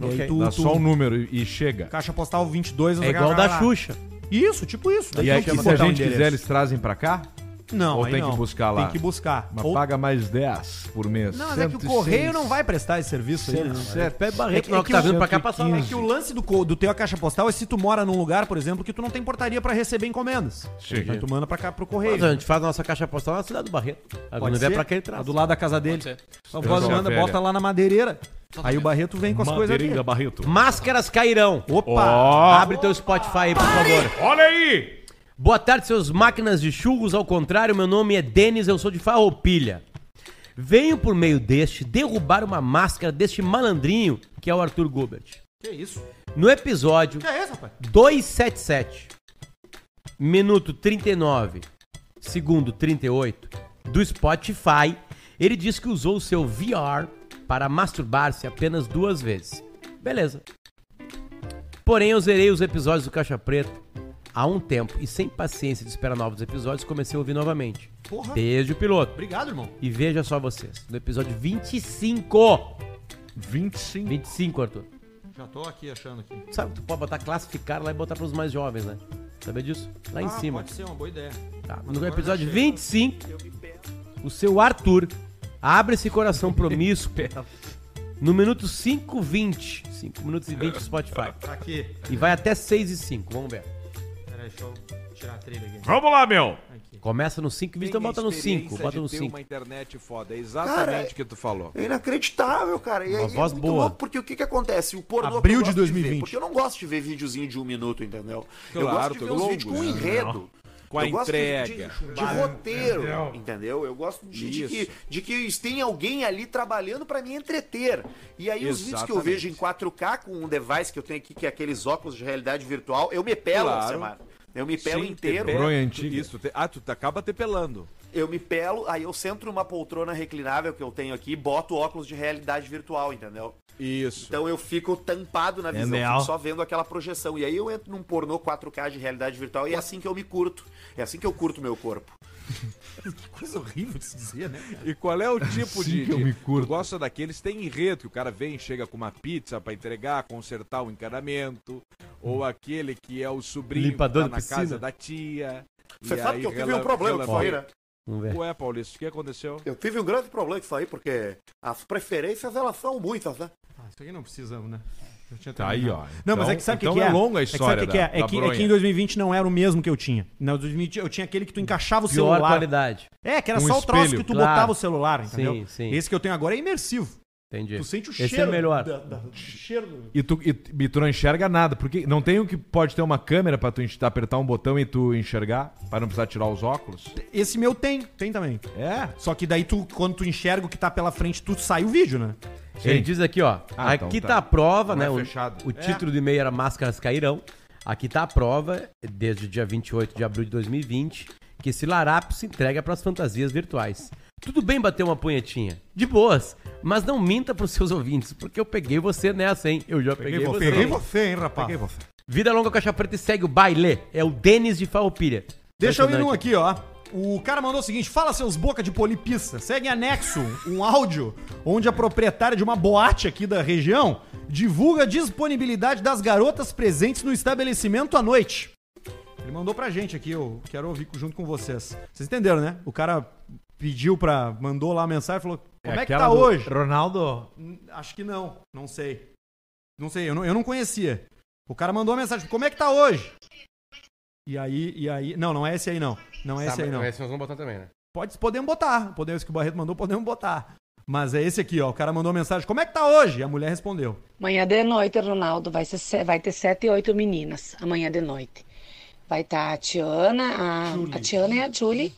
S1: E aí
S3: Ok.
S1: tu,
S2: Dá
S1: tu-
S2: só o número e e chega.
S1: Caixa postal 22...
S3: É igual da
S1: Xuxa.
S3: Xuxa.
S1: Isso, tipo isso. Daí
S2: E
S1: tu
S2: aí,
S1: não precisa
S2: se a
S1: botar o
S2: gente quiser,
S1: endereço.
S2: eles trazem pra cá?
S1: Não,
S2: ou
S1: aí
S2: tem
S1: não.
S2: que buscar lá?
S1: Tem que buscar.
S2: Mas
S1: Ou-
S2: paga mais 10 por mês.
S1: Não, mas é que o
S2: 106.
S1: Correio não vai prestar esse serviço aí, né?
S2: Sete,
S3: Barreto,
S1: é
S3: não, que
S1: que
S3: tá
S1: o-
S3: vindo pra cá passar lá.
S1: É que o lance do, co- do teu caixa postal é se tu mora num lugar, por exemplo, que tu não tem portaria pra receber encomendas.
S2: Sim.
S1: Então tu manda pra cá pro correio.
S3: Mas a gente faz a nossa caixa postal na cidade do Barreto. Agora
S1: Pode
S3: vier
S1: ser?
S3: pra cá ele
S1: Tá
S3: traz.
S1: do lado da casa dele. Então voz
S2: Resolve,
S1: manda,
S2: velha.
S1: bota lá na madeireira. Aí o Barreto vem com as coisas ali.
S2: Barreto.
S3: Máscaras cairão.
S1: Opa!
S3: Abre teu Spotify aí, por favor.
S2: Olha aí!
S3: Boa tarde, seus máquinas de churros. Ao contrário, meu nome é Denis, eu sou de Farroupilha. Venho por meio deste derrubar uma máscara deste malandrinho que é o Arthur Gubert.
S1: Que isso?
S3: No episódio
S1: Que é isso, rapaz?
S3: 277, minuto 39, segundo 38, do Spotify, ele diz que usou o seu VR para masturbar-se apenas duas vezes. Beleza. Porém, eu zerei os episódios do Caixa Preta há um tempo e, sem paciência de esperar novos episódios, comecei a ouvir novamente.
S1: Porra.
S3: Desde o piloto.
S1: Obrigado, irmão.
S3: E veja só vocês, no episódio 25.
S2: 25.
S3: 25, Arthur.
S1: Já tô aqui achando aqui.
S3: Sabe, tu pode botar classificar lá e botar pros mais jovens, né? Sabia disso? Lá em cima.
S1: Ah, ser uma boa ideia.
S3: Tá, No episódio 25, o seu Arthur abre esse coração promíscuo no minuto 5:20, 5 minutos e 20 do Spotify.
S1: Tá Aqui.
S3: E vai até 6 e 5, vamos ver.
S1: Peraí, deixa eu
S4: tirar a trilha aqui.
S2: Vamos lá, meu.
S3: Começa no 5 e 20, então bota no 5. Bota no 5.
S2: uma internet foda, é exatamente
S6: Cara,
S2: o que tu falou.
S6: É inacreditável, cara. E
S3: Uma
S6: aí
S3: voz
S6: é muito
S3: boa.
S6: louco, porque o que que acontece? O pornô
S1: Abril
S6: que eu
S1: de
S6: gosto ver,
S1: 2020.
S6: porque eu não gosto de ver videozinho de um minuto, entendeu? eu
S2: Claro,
S6: gosto de ver
S2: todo
S6: uns
S2: longo,
S6: vídeos com
S2: né?
S6: enredo.
S2: Com a
S6: eu gosto de-
S2: entrega. Ah,
S6: De, de roteiro, entendeu? Eu gosto de, de
S2: Isso.
S6: que, de que tem alguém ali trabalhando pra me entreter. E aí os vídeos que eu
S2: Exatamente.
S6: vejo em 4K com um device que eu tenho aqui, que é aqueles óculos de realidade virtual, eu me pelo,
S2: Claro.
S6: Samara. Eu me pelo
S2: Sim,
S6: inteiro.
S2: te pega,
S6: Eu
S2: tu-
S1: antiga.
S2: Isso, te- ah, tu te- acaba te pelando.
S6: eu me pelo, aí eu centro numa poltrona reclinável que eu tenho aqui, boto óculos de realidade virtual, entendeu?
S2: Isso.
S6: Então eu fico tampado na visão,
S4: real.
S6: fico só vendo aquela projeção. E aí eu entro num pornô 4K de realidade virtual e é assim que eu me curto. É assim que eu curto meu corpo.
S1: Coisa horrível de se dizer, né?
S2: E qual é o tipo
S4: Assim
S2: de.
S4: que eu
S2: de-
S4: me curto.
S2: Tu gosta daqueles tem enredo que o cara vem, chega com uma pizza pra entregar, consertar o encanamento. Ou aquele que é o sobrinho
S3: Limpador
S2: que
S3: de
S2: na
S3: piscina.
S2: casa da tia.
S6: Você
S2: e
S6: sabe
S2: aí
S6: que eu tive
S2: rela-
S6: um problema com
S2: rela-
S6: isso aí, né?
S3: Vamos ver.
S2: Ué, Paulista, o que aconteceu?
S6: Eu tive um grande problema com isso aí, porque as preferências elas são muitas, né?
S1: Ah, isso aqui não precisamos, né? Já tinha
S2: Tá
S1: terminado.
S2: aí, ó.
S1: Não, mas
S2: Então-
S1: é que sabe o que
S2: então
S1: que é?
S2: é longa a
S1: que sabe
S2: história
S1: o que que é?
S2: da-
S1: É
S2: da
S1: que, é
S2: bronha.
S1: que em 2020 não era o mesmo que eu tinha. Na 2020 eu tinha aquele que tu encaixava o
S3: Pior
S1: celular.
S3: qualidade.
S1: É, que era
S2: Um
S1: só o troço
S2: espelho.
S1: que tu
S3: Claro.
S1: botava o celular, entendeu?
S3: Sim, sim.
S1: Esse que eu tenho agora é imersivo.
S3: Entendi.
S1: Tu sente o
S3: Esse
S1: cheiro.
S3: é melhor.
S1: da- da- o cheiro do-
S2: E tu, e, tu- e tu não enxerga nada, porque não tem o que pode ter uma câmera pra tu enx- apertar um botão e tu enxergar, pra não precisar tirar os óculos.
S1: Esse meu tem, tem também.
S2: É?
S1: Só que daí tu, quando tu enxerga o que tá pela frente, tu sai o vídeo, né?
S2: Sim.
S3: Ele diz aqui, ó.
S2: Ah, então
S3: aqui
S2: tá.
S3: tá. a prova,
S2: Não
S3: né?
S2: é
S3: o-
S2: fechado.
S3: O, título do e-mail era Máscaras Cairão. Aqui tá a prova, desde o dia 28 de abril de 2020, que esse larápio se entrega pras fantasias virtuais. Tudo bem bater uma punhetinha, de boas, mas não minta pros seus ouvintes, porque eu peguei você nessa, hein? Eu já peguei, você.
S1: você, hein, rapaz?
S3: Vida longa, caixa preta e segue o baile. É o Denis de Farroupilha.
S1: Deixa eu ir
S3: Impressionante.
S1: num aqui, ó. O cara mandou o seguinte: fala seus boca de polipista. Segue em anexo um áudio onde a proprietária de uma boate aqui da região divulga a disponibilidade das garotas presentes no estabelecimento à noite. Ele mandou pra gente aqui, eu quero ouvir junto com vocês. Vocês entenderam, né? O cara pediu pra. mandou lá a mensagem e falou: como é, que tá
S4: Aquela do
S1: hoje?
S4: Ronaldo.
S1: Hum, Acho que não, não sei. Não sei, eu não, eu não conhecia. O cara mandou uma mensagem, como é que tá hoje? E aí, e aí. Não, não é esse aí não. Não
S3: Tá,
S1: é esse aí não.
S4: Tá, Esse nós vamos botar também, né?
S1: Pode, podemos botar. Podemos, esse que o Barreto mandou, podemos botar. Mas é esse aqui, ó. O cara mandou uma mensagem, como é que tá hoje? E a mulher respondeu.
S7: Amanhã de noite, Ronaldo, vai, ser se- vai ter sete e oito meninas, amanhã de noite. Vai estar a Tiana, a, a Tiana e a Julie.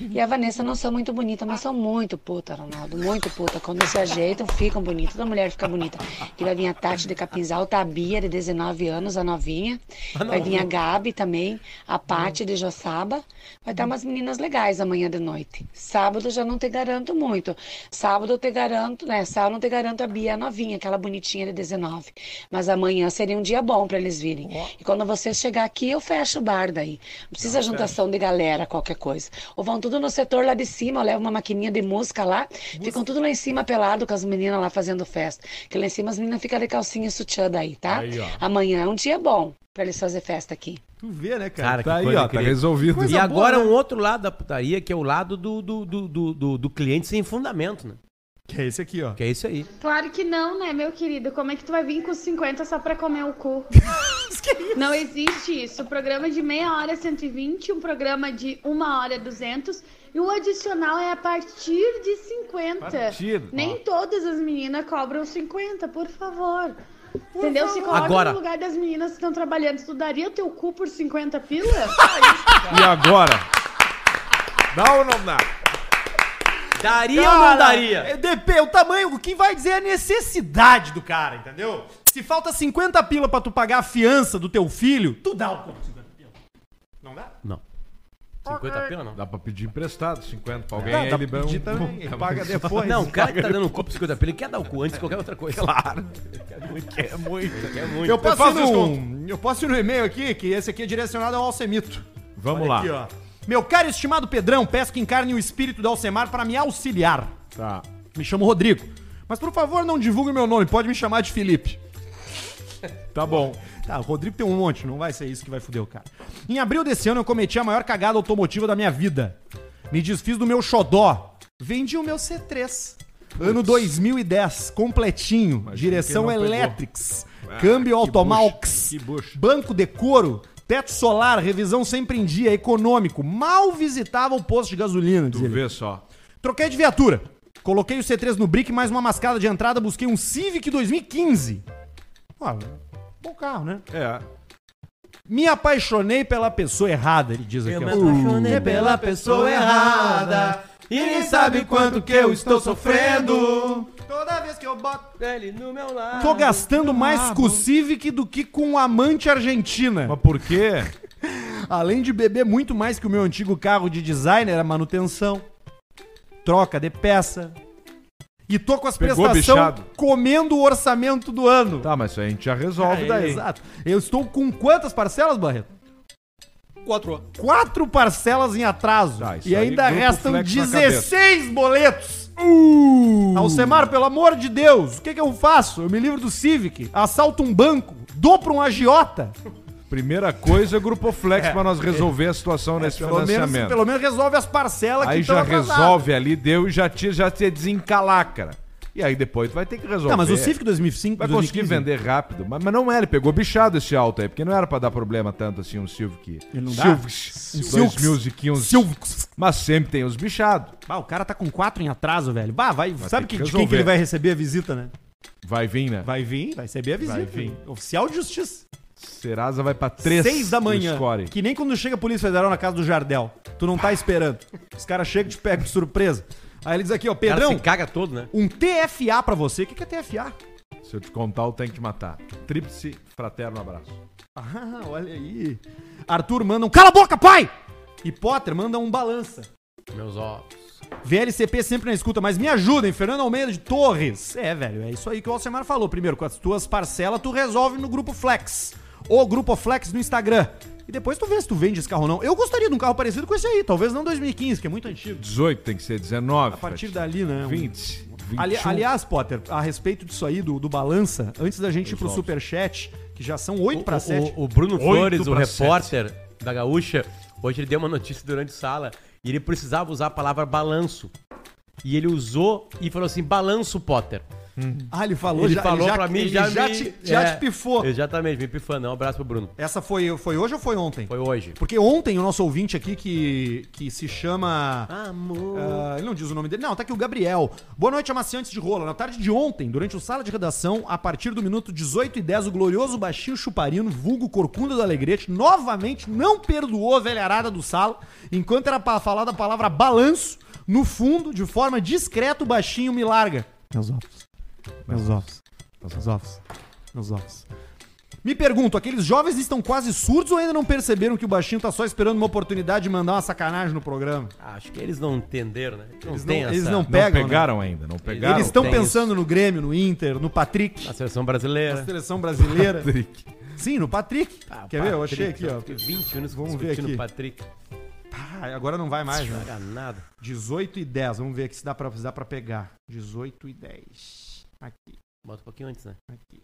S7: E a Vanessa não são muito bonitas, mas são muito puta, Ronaldo, muito puta. Quando se ajeitam, ficam bonitas, toda mulher fica bonita. E vai vir a Tati de Capinzal, tá a Bia, de 19 anos, a novinha. Vai vir a Gabi também, a Pati de Joçaba. Vai estar umas meninas legais amanhã de noite. Sábado eu já não te garanto muito. Sábado eu te garanto, né? Sábado eu te garanto a Bia é novinha, aquela bonitinha de 19. Mas amanhã seria um dia bom para eles virem. E quando você chegar aqui, eu fecho o bar daí. Não precisa juntação de galera, qualquer coisa. Ou vão tudo no setor lá de cima, eu levo uma maquininha de música lá, ficam tudo lá em cima pelado com as meninas lá fazendo festa. Que lá em cima as meninas ficam de calcinha e sutiã daí, tá? amanhã é um dia bom para eles fazer festa aqui.
S1: Tu vê, né,
S3: Cara,
S1: cara?
S3: que coisa incrível.
S2: tá resolvido.
S1: Coisa
S3: e
S1: boa,
S3: agora
S1: né?
S3: um outro lado da putaria, que é o lado do, do, do, do, do- do cliente sem fundamento, né?
S1: Que é esse aqui, ó.
S3: Que é isso aí.
S8: Claro que não, né, meu querido? Como é que tu vai vir com 50 só pra comer o cu? Não existe isso. O programa de meia hora é 120, um programa de uma hora é 200 e o adicional é a partir de 50.
S2: Partir, ó.
S8: Nem todas as meninas cobram 50, por favor. Entendeu? Se coloca
S3: Agora.
S8: no lugar das meninas que estão trabalhando. Estudaria teu cu por 50 pila?
S2: E agora? Dá ou não dá?
S3: Daria ou
S1: Cara,
S3: não daria?
S1: é DP, o tamanho, o que vai dizer é a necessidade do cara, entendeu? Se falta 50 pila pra tu pagar a fiança do teu filho, tu dá o cu. de 50 pila. Não dá?
S3: 50 pila, não.
S2: Dá pra pedir emprestado, 50 pra alguém,
S1: Dá,
S2: aí
S1: dá
S2: ele
S1: pra
S2: dá um-
S1: pedir também, ele paga depois.
S3: Não, o cara que tá dando um copo de 50 pila, ele quer dar o cu antes de qualquer outra coisa. Claro. Quer muito, quer muito.
S1: eu posso,
S2: faço
S1: ir num,
S2: desconto.
S1: eu posso ir no e-mail aqui, que esse aqui é direcionado ao Alcemito.
S2: Vamos
S1: Olha
S2: lá.
S1: aqui, ó. Meu caro e estimado Pedrão, peço que encarne o espírito do Alcemar para me auxiliar.
S2: Tá.
S1: Me chamo Rodrigo. Mas por favor, não divulgue meu nome, pode me chamar de Felipe.
S2: Tá bom.
S1: Tá, o Rodrigo tem um monte, não vai ser isso que vai foder o cara. Em abril desse ano eu cometi a maior cagada automotiva da minha vida. Me desfiz do meu xodó. Vendi o meu C3. Ano 2010, completinho. direção
S2: quem não pegou.
S1: Electrics. câmbio Automalx.
S2: bucha, que bucha.
S1: Banco de couro. Teto solar, revisão sempre em dia, econômico. Mal visitava o posto de gasolina, diz
S2: Tu
S1: ele.
S2: vê só.
S1: Troquei de viatura. Coloquei o C3 no brick, mais uma mascada de entrada, busquei um Civic 2015. Ó, bom carro, né?
S2: É.
S1: Me apaixonei pela pessoa errada, ele diz aqui. ó.
S3: apaixonei
S1: pela pessoa errada,
S3: E nem sabe quanto que eu estou sofrendo.
S1: Toda vez que eu boto.
S3: Ele no meu lado.
S1: Tô gastando mais
S3: Ah,
S1: com o Civic do que com o amante argentina.
S2: Mas por quê?
S1: Além de beber muito mais que o meu antigo carro de designer, a manutenção, troca de peça. E tô com as
S2: Pegou
S1: prestações
S2: bichado.
S1: comendo o orçamento do ano.
S2: Tá, mas isso aí a gente já
S1: Ah,
S2: resolve
S1: é,
S2: daí.
S1: Exato. Eu estou com quantas parcelas, Barreto? Quatro. Quatro parcelas em atraso.
S2: Tá, isso
S1: e
S2: aí,
S1: ainda
S2: grupo
S1: restam
S2: flex na Uh!
S1: 16 boletos. Alcemar, pelo amor de Deus, o que, que eu faço? Eu me livro do Civic, assalto um banco, dou pra um agiota.
S2: Primeira coisa é Grupo Flex pra nós resolver a situação nesse
S1: É, Pelo menos,
S2: financiamento.
S1: pelo menos resolve as parcelas
S2: Aí
S1: estão
S2: já
S1: atrasadas.
S2: resolve ali, deu e já te, já te desencalar, cara. E aí depois tu vai ter que resolver.
S1: Tá, mas o Civic 2005
S2: Vai conseguir
S1: 2015,
S2: vender rápido. Mas, mas não era, ele pegou bichado esse alto aí, porque não era pra dar problema tanto assim um Silvic.
S1: Ele não dá?
S2: Silvics.
S1: Um Silvics.
S2: 2015.
S1: Silvics.
S2: Mas sempre tem os bichados.
S1: Bah, o cara tá com quatro em atraso, velho. Bah, vai, sabe
S2: tem
S1: que, de quem
S2: que
S1: que
S2: resolver.
S1: ele vai receber a visita, né?
S2: Vai vir, né?
S1: Vai vir, vai receber a visita.
S2: Vai vir.
S1: Oficial de justiça.
S2: Serasa vai pra 3
S1: Seis da manhã.
S2: Score.
S1: Que nem quando chega a Polícia Federal na casa do Jardel. Tu não tá esperando. Os caras chegam e te pegam de surpresa. Aí ele diz aqui, ó,
S3: O cara
S1: Pedrão,
S3: se caga todo, né?
S1: um TFA pra você. O que, que é TFA?
S2: Se eu te contar, eu tenho que matar. Tríplice, fraterno abraço.
S1: Ah, olha aí. Arthur manda um cala a boca, pai! E Potter manda um balança.
S3: Meus ovos.
S1: VLCP sempre na escuta, mas me ajudem, Fernando Almeida de Torres. É, velho, é isso aí que o Alcemar falou. Primeiro, com as tuas parcelas, tu resolve no Grupo Flex. Ou Grupo Flex no Instagram. E depois tu vê se tu vende esse carro ou não. Eu gostaria de um carro parecido com esse aí, talvez não 2015, que é muito antigo.
S2: 18 tem que ser 19.
S1: A partir
S2: Fred.
S1: dali, né? um-
S2: 20. 21.
S1: Ali- aliás, Potter, a respeito disso aí, do, do balança, antes da gente ir pro
S2: Resolve.
S1: superchat, que já são 8
S3: O-
S1: para
S3: o-
S1: 7.
S3: O, Bruno
S2: Oito
S3: Flores, o
S2: pra
S3: repórter da Gaúcha, hoje ele deu uma notícia durante o sala e ele precisava usar a palavra balanço. E ele usou e falou assim: balanço, Potter.
S1: Ah, ele falou,
S3: Ele falou pra mim,
S1: ele
S3: já,
S1: já,
S3: me-
S1: te, já
S3: é,
S1: te pifou.
S3: Exatamente, me pifando. Um abraço pro Bruno.
S1: Essa foi, foi hoje ou foi ontem?
S3: Foi hoje.
S1: Porque ontem o nosso ouvinte aqui que, que se chama.
S3: Amor.
S1: ah, ele não diz o nome dele. Não, tá aqui o Gabriel. Boa noite, amaciantes de rola. Na tarde de ontem, durante o sala de redação, a partir do minuto 18 e 10, o glorioso baixinho chuparino, vulgo corcunda do Alegrete, novamente não perdoou a velharada do sala, enquanto era pra falar da palavra balanço, no fundo, de forma discreta, o baixinho me larga. Meus ovos. Meus ovos. Meus ovos. Meus ovos. Me pergunto, aqueles jovens estão quase surdos ou ainda não perceberam que o baixinho tá só esperando uma oportunidade de mandar uma sacanagem no programa?
S3: Acho que eles não entenderam, né? Eles,
S1: não-
S3: têm
S1: eles não
S2: Não
S1: pegam, né?
S2: pegaram ainda, não pegaram.
S1: Eles estão
S3: tem
S1: pensando no Grêmio, no Inter, no Patrick,
S3: A seleção
S1: na
S3: brasileira.
S1: seleção brasileira.
S2: Patrick.
S1: Sim, no Patrick.
S3: Ah, o
S1: Quer ver? Eu
S3: Patrick,
S1: achei aqui,
S3: eu
S1: ó.
S3: fiquei 20 anos
S1: Vamos ver
S3: discutindo
S1: aqui.
S3: o Patrick.
S1: Ah, agora não vai mais, né?
S3: Enganado.
S1: 18 e 10. Vamos ver aqui se dá pra, se dá pra pegar. 18 e 10. Aqui,
S3: Bota um pouquinho antes, né?
S1: aqui.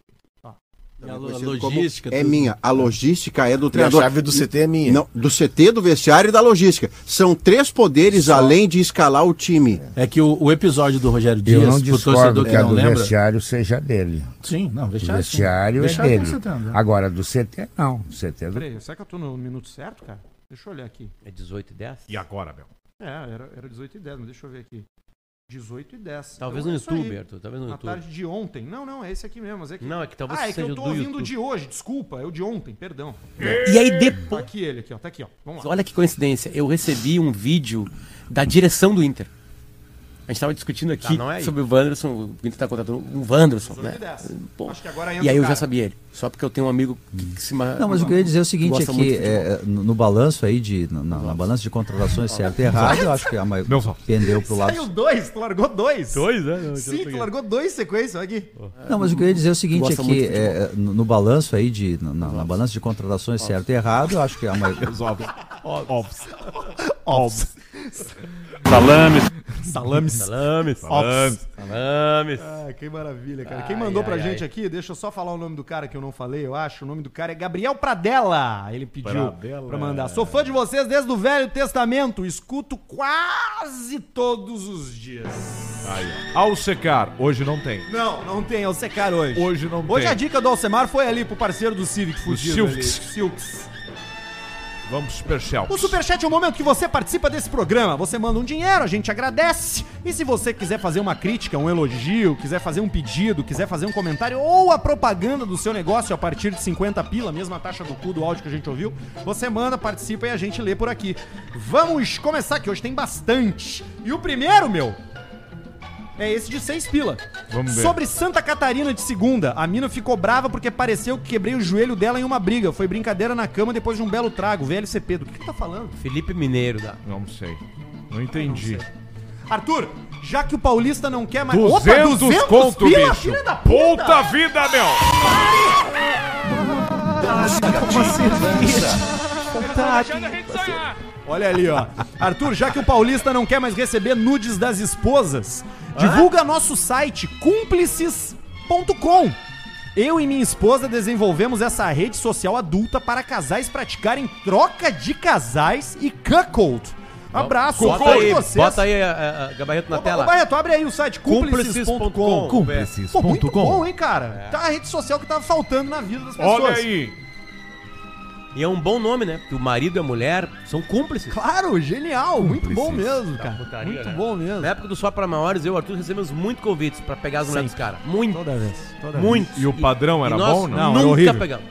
S3: A lo- a
S4: conhecido como-
S3: logística.
S4: É
S3: tudo.
S4: minha. A logística é do
S9: A
S4: treinador.
S9: chave do CT é minha.
S4: Não, do CT, do vestiário e da logística. São três poderes além de escalar o time.
S9: É que o, o episódio do Rogério
S10: Eu
S9: Dias,
S10: não
S9: pro
S10: discordo
S9: torcedor
S10: que,
S9: que
S10: a
S9: não
S10: do
S9: lembra.
S10: vestiário seja dele.
S9: Sim, não,
S10: O
S9: vestiário. sim.
S10: vestiário é
S9: Vestiário tem
S10: dele.
S9: que ser treinador.
S10: Agora, do CT, não. O CT é do
S1: Peraí, será que eu tô no minuto certo, cara? Deixa eu olhar aqui.
S3: É 18 e 10?
S2: E agora, meu?
S1: É, era, era 18 e 10, mas deixa eu ver aqui. 18 e 10.
S3: Talvez
S1: Então
S3: no
S1: é isso aí.
S3: YouTube, Arthur. Talvez no
S1: Na
S3: YouTube.
S1: tarde de ontem. Não, não, é esse aqui mesmo. Mas é que...
S3: Não, é que talvez
S1: Ah, é que
S3: seja
S1: eu tô
S3: do
S1: ouvindo
S3: YouTube.
S1: de hoje, desculpa. É o de ontem, perdão.
S11: E aí
S1: Tá
S11: depois,
S1: aqui ele, aqui, ó. Tá aqui, ó. Vamos lá.
S11: olha que coincidência, eu recebi um vídeo da direção do Inter. A gente tava discutindo aqui
S3: Tá, não é aí.
S11: sobre o Wanderson, o Inter tá contratando um Wanderson,
S1: 18
S11: né?
S1: e 10.
S11: Bom,
S1: Acho que agora entra
S11: e aí
S1: o
S11: eu
S1: cara.
S11: já sabia ele, só porque eu tenho um amigo que, que se ma-
S12: Não, mas o que eu ia dizer é o seguinte, é
S11: Gosta muito
S12: que
S11: de futebol.
S12: é, no, no balanço aí de. Na, na- na balança de contratações certo e errado, eu acho que a maioria
S2: Meu só.
S12: pendeu pro
S1: Saiu
S12: lado.
S1: dois, tu largou dois.
S3: Dois, né? Eu- eu
S1: Sim, tu
S3: peguei.
S1: largou dois sequências, olha aqui.
S12: Não, mas o que eu ia dizer é o seguinte, é
S11: Gosta muito
S12: que
S11: de futebol.
S12: é, no, no balanço aí de. Na, na- na balança de contratações certo e errado, eu acho que a maioria.
S1: Ovs.
S5: Salames.
S1: Salames.
S3: Salames.
S1: Ovs.
S3: Salames.
S1: Ah, que maravilha, cara. Quem mandou
S3: Ai,
S1: pra
S3: ai,
S1: gente
S3: ai.
S1: aqui, deixa eu só falar o nome do cara que eu não falei, eu acho. O nome do cara é Gabriel Pradella. Ele pediu
S2: Pradella.
S1: pra mandar. Sou fã de vocês desde o Velho Testamento. Escuto quase todos os dias.
S2: Aí, ó. Ao secar, hoje não tem.
S1: Não, não tem, é o secar hoje.
S2: Hoje não
S1: Hoje
S2: tem.
S1: a dica do Alcemar foi ali pro parceiro do Civic fudido ali.
S2: Silks.
S1: Silks.
S2: Vamos pro Superchat.
S1: O Superchat é o momento que você participa desse programa. Você manda um dinheiro, a gente agradece. E se você quiser fazer uma crítica, um elogio, quiser fazer um pedido, quiser fazer um comentário ou a propaganda do seu negócio a partir de 50 pila, mesma taxa do cu do áudio que a gente ouviu, você manda, participa e a gente lê por aqui. Vamos começar, que hoje tem bastante. E o primeiro, meu, é esse de 6 pila.
S2: Vamos ver.
S1: Sobre Santa Catarina de segunda, a mina ficou brava porque pareceu que quebrei o joelho dela em uma briga. Foi brincadeira na cama depois de um belo trago. VLCP, do que que tá falando?
S3: Felipe Mineiro da.
S2: Não sei. Não entendi.
S1: Arthur, já que o paulista não quer mais...
S2: 200, conto,
S1: pila,
S2: bicho.
S1: filha da puta!
S2: Puta vida, meu!
S1: Olha ali, ó. Arthur, já que o paulista não quer mais receber nudes das esposas, divulga nosso site cúmplices.com. Eu e minha esposa desenvolvemos essa rede social adulta para casais praticarem troca de casais e cuckold. Abraço,
S3: Bota
S1: todos
S3: aí,
S1: vocês.
S3: bota
S11: eh,
S3: aí, a, a- gabarito na tela.
S1: Ô, Barreto, abre aí o site cúmplices.com.
S3: Cúmplices.com.
S1: Cúmplices Pô, muito bom, hein, cara? Tá a rede social que tava faltando na vida das pessoas.
S3: É. Olha aí. E é um bom nome, né? Porque o marido e a mulher são cúmplices.
S1: Claro, genial. Muito bom mesmo,
S3: Da
S1: cara.
S3: putaria,
S1: muito
S3: né?
S1: bom mesmo.
S3: Na época do Só Pra Maiores, eu e o Arthur recebemos muito convites pra pegar as mulheres dos caras. Muito.
S1: Toda vez. Toda vez.
S3: Muito.
S2: E o padrão era bom, não?
S3: não?
S1: Não,
S3: nunca
S1: era horrível.
S3: pegamos.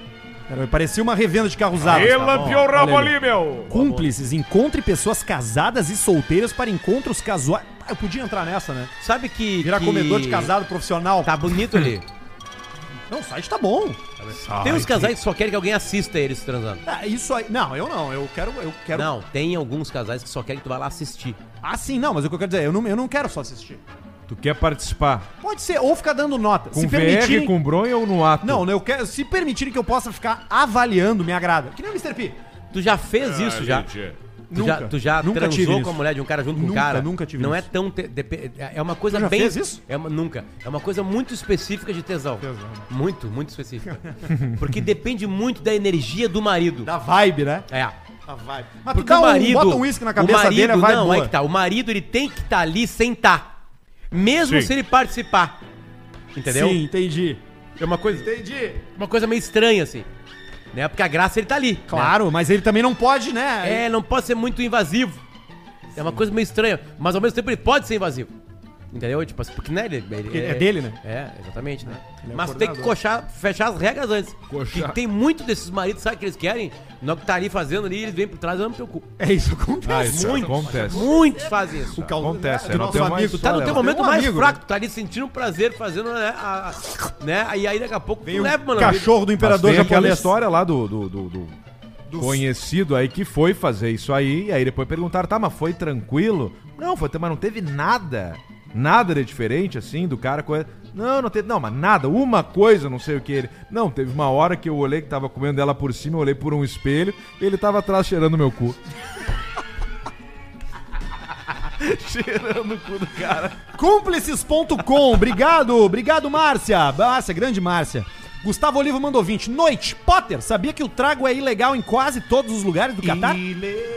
S1: Era- parecia uma revenda de carro usado.
S2: Ele
S1: Tá bom,
S2: lampiou o
S1: olha
S2: rabo
S1: ali.
S2: ali, meu!
S1: Cúmplices, encontre pessoas casadas e solteiras para encontros casuais. Ah, Eu podia entrar nessa, né?
S3: Sabe que.
S1: Virar
S3: que-
S1: comedor de casado profissional.
S3: Tá bonito ali.
S1: Não, o site tá bom.
S3: Tem uns casais que só querem que alguém assista eles transando.
S1: Ah, isso aí. Não, eu não. Eu quero. Eu quero...
S3: Não, tem alguns casais que só querem que tu vá lá assistir.
S1: Ah, sim, não, mas o que eu quero dizer, eu não, eu não quero só assistir.
S2: Tu quer participar?
S1: Pode ser, ou ficar dando nota.
S2: Com VR, com bronha ou no ato?
S1: Não, eu quero. Se permitirem que eu possa ficar avaliando, me agrada. Que nem o Mr. P.
S3: Tu já fez isso já. Tu já, tu já
S1: Ah, Nunca
S3: transou
S1: tive
S3: com
S1: isso.
S3: a mulher de um cara junto com um
S1: Nunca,
S3: cara?
S1: nunca tive
S3: Não
S1: isso.
S3: é tão... te- depe- é uma coisa
S1: Tu já
S3: bem...
S1: fez isso?
S3: É uma, nunca. É uma coisa muito específica de tesão. Muito, muito específica. Porque depende muito da energia do marido.
S1: Da vibe, né?
S3: É.
S1: A vibe. Mas tu dá um, bota um uísque na cabeça
S3: o marido,
S1: dele, vai
S3: Não,
S1: boa.
S3: é que tá. O marido, ele tem que estar ali sem estar. Mesmo
S2: Sim.
S3: se ele participar. Entendeu?
S1: Sim, entendi.
S3: É uma coisa,
S1: Entendi.
S3: uma coisa meio estranha, assim. Né? Porque a graça, ele tá ali. né?
S1: Claro, mas ele também não pode, né?
S3: É, não pode ser muito invasivo. É uma coisa meio estranha, mas ao mesmo tempo ele pode ser invasivo. Entendeu? Tipo assim, porque né, ele,
S1: Porque é dele, né?
S3: É, exatamente, né?
S1: Ele é
S3: mas
S1: o
S3: tem que
S1: coordenador.
S3: coxar, fechar as regras antes.
S2: Coxar.
S3: Porque tem muito desses maridos, sabe o que eles querem? Não que tá ali fazendo ali, eles vêm por trás e dão no teu cu.
S1: É isso que acontece.
S2: Ah, isso
S3: Muitos,
S2: acontece.
S3: muitos fazem isso.
S2: Acontece,
S1: do
S2: eu não
S1: nosso
S2: tenho mais
S1: amigo,
S3: Tu tá no
S2: história.
S3: teu momento
S1: tem um
S3: mais
S1: amigo,
S3: fraco, tu tá ali sentindo prazer fazendo, né? a- a- né? E aí daqui a pouco
S1: Vem
S3: tu
S1: o
S3: leva, mano.
S1: cachorro do
S2: Mas
S1: imperador
S2: tem aquela
S1: japonês.
S2: história lá do, do, do- do conhecido aí que foi fazer isso aí, e aí depois perguntaram, tá, mas foi tranquilo? Não, foi, mas não teve nada. Nada de diferente, assim, do cara. coisa- Não, não teve. Não, mas nada. Uma coisa, não sei o que ele. Não, teve uma hora que eu olhei que tava comendo ela por cima, eu olhei por um espelho, ele tava atrás cheirando meu cu. cheirando o cu do cara.
S1: Cúmplices.com, obrigado, obrigado Márcia. Márcia, grande Márcia. Gustavo Olivo mandou 20. Noite, Potter, sabia que o trago é ilegal em quase todos os lugares do Catar?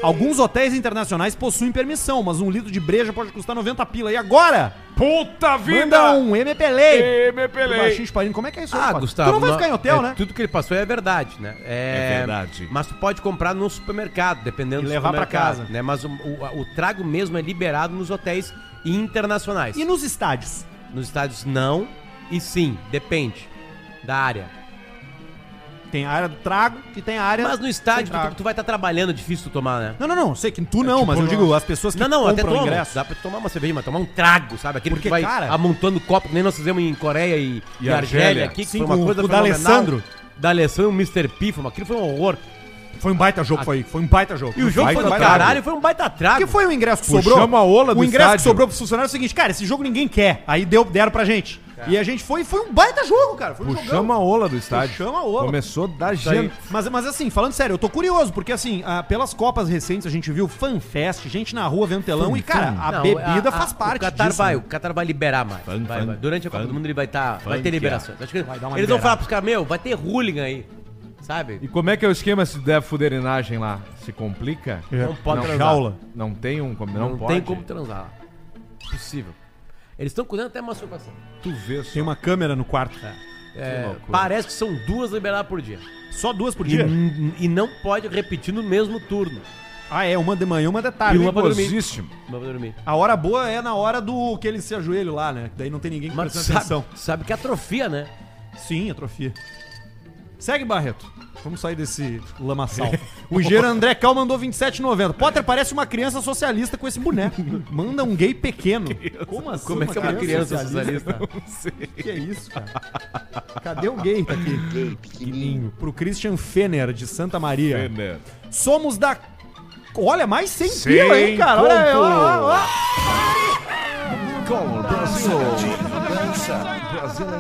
S1: Alguns hotéis internacionais possuem permissão, mas um litro de breja pode custar 90 pila. E agora?
S2: Puta
S1: Manda
S2: vida!
S1: um
S2: É,
S1: MPLEI.
S2: MPLEI.
S1: Baixinho Esparino, como é que é isso aí,
S3: Ah,
S1: Potter?
S3: Gustavo.
S1: Tu não vai
S3: não-
S1: ficar em hotel,
S3: é,
S1: né?
S3: Tudo que ele passou é verdade, né?
S2: É verdade.
S3: Mas tu pode comprar no supermercado, dependendo
S1: E levar pra
S3: supermercado,
S1: casa.
S3: Né? Mas o, o- a- o trago mesmo é liberado nos hotéis internacionais.
S1: E nos estádios?
S3: Nos estádios não, e sim, depende da área.
S1: Tem a área do trago e tem a área.
S3: Mas no
S1: sem
S3: estádio,
S1: trago.
S3: tu, tu vai estar trabalhando, é difícil tu tomar, né?
S1: Não, não, não. Sei que tu não, mas eu digo as pessoas que
S3: Não, não, até
S1: compram
S3: toma.
S1: ingresso.
S3: Dá pra tomar uma cerveja, mas tomar um trago, sabe? Aquele
S1: Porque,
S3: que vai
S1: cara-
S3: amontando copo, que nem nós fizemos em Coreia e,
S2: E
S3: e Argélia,
S2: Argélia.
S3: aqui, que
S1: Sim,
S3: foi uma
S1: com o-
S3: coisa
S1: com o D'Alessandro.
S3: Da Alessandro, Mr. P, foi uma- aquilo foi um horror.
S1: Foi um baita jogo, foi. Foi um baita jogo.
S3: Ah. E o jogo
S2: baita
S3: foi do
S2: trago.
S3: caralho, foi um baita trago.
S1: Porque foi o ingresso que
S2: Puxamos
S1: sobrou.
S2: a ola do
S1: o ingresso que
S2: estádio.
S1: sobrou pros funcionários é o seguinte, cara, esse jogo ninguém quer. Aí deu, deram pra gente. E a gente foi e foi um baita jogo, cara. Foi um
S2: É. Puxamos a ola do estádio.
S1: Puxamos a ola.
S2: Começou da
S1: Isso aí.
S2: gente.
S1: Mas, mas assim, falando sério, eu tô curioso, porque assim, ah, pelas Copas recentes a gente viu fanfest, gente na rua vendo telão, e cara, a
S3: Não,
S1: bebida
S3: a- a-
S1: faz parte
S3: o Qatar
S1: disso,
S3: vai,
S1: né?
S3: O Qatar vai liberar mais. Vai,
S2: fun,
S3: vai. Durante a Copa
S2: fun,
S3: do Mundo ele vai, tá, vai
S2: fun,
S3: ter
S2: que
S3: liberações. Acho que
S1: é. Vai dar uma
S3: eles vão
S1: liberada.
S3: falar pros caras, meu, vai ter ruling aí, sabe?
S2: E como é que é o esquema se der fuderinagem lá? Se complica?
S3: Não pode
S1: Não,
S3: transar.
S1: jaula.
S2: Não tem um. como- Não,
S3: É. Não,
S2: pode.
S3: tem como transar lá. Possível. Eles estão cuidando até masturbação.
S2: Tu vê só.
S1: Tem uma câmera no quarto.
S3: É,
S11: Que loucura.
S3: parece que são duas liberadas por dia.
S1: Só duas por
S3: dia? E, não pode repetir no mesmo turno.
S1: Ah, é, uma de manhã, uma de tarde.
S3: E uma pra dormir.
S1: Perigosíssimo.
S3: Uma pra dormir.
S1: A hora boa é na hora do que ele se ajoelho lá, né? Que Daí não tem ninguém que
S3: Mas
S1: prestando
S3: sabe-
S1: atenção.
S3: Sabe que atrofia, né?
S1: Sim, atrofia. Segue, Barreto. Vamos sair desse lamaçal. O engenheiro André Cal mandou 27,90. Potter parece uma criança socialista com esse boneco. Manda um gay pequeno. Como assim?
S3: Como é que é uma criança socialista?
S1: Não sei. Que é isso, cara? Cadê o gay? Tá aqui. Gay, pequenininho. Pro Christian Fener, de Santa Maria.
S2: Fener.
S1: Somos da... Olha, mais 100
S2: Cem
S1: pila, hein, cara? Olha, aí, ó, ó, ó.
S2: Com o Brasil.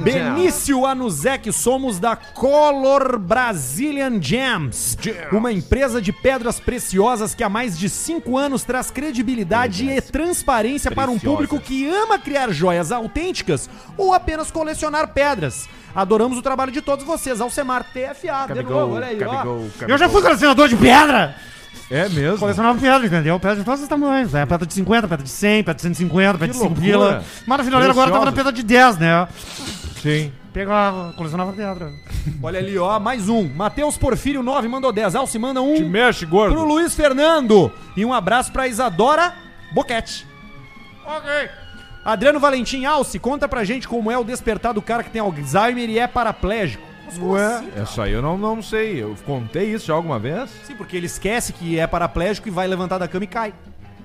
S1: Benício Anuzek, somos da Color Brazilian Gems, uma empresa de pedras preciosas que há mais de cinco anos traz credibilidade e transparência para um
S2: Preciosas.
S1: público que ama criar joias autênticas ou apenas colecionar pedras. Adoramos o trabalho de todos vocês, Alcemar TFA, de
S2: Cabigol,
S1: novo, olha aí, ó.
S2: cabigol,
S1: Eu já fui
S2: cabigol.
S1: colecionador de pedra!
S2: É mesmo?
S1: Colecionava pedra, entendeu? Pedra de todos os tamanhos. É, pedra de 50, pedra de 100, pedra de 150, pedra
S2: de cinco pila.
S1: Maravilhoso,
S2: Maravilholeiro agora tava na pedra
S1: tá de 10, né?
S2: Sim.
S1: Pegava, colecionava pedra. Olha ali, ó, mais um. Matheus Porfírio 9 mandou 10. Alce manda um. Te
S2: mexe, gordo.
S1: Pro Luiz Fernando. E um abraço pra Isadora Boquete. Ok. Adriano Valentim Alce, conta pra gente como é o despertar do cara que tem Alzheimer e é paraplégico.
S2: Ué, essa aí eu não, não sei. Eu contei isso já alguma vez?
S1: Sim, porque ele esquece que é paraplégico e vai levantar da cama e cai.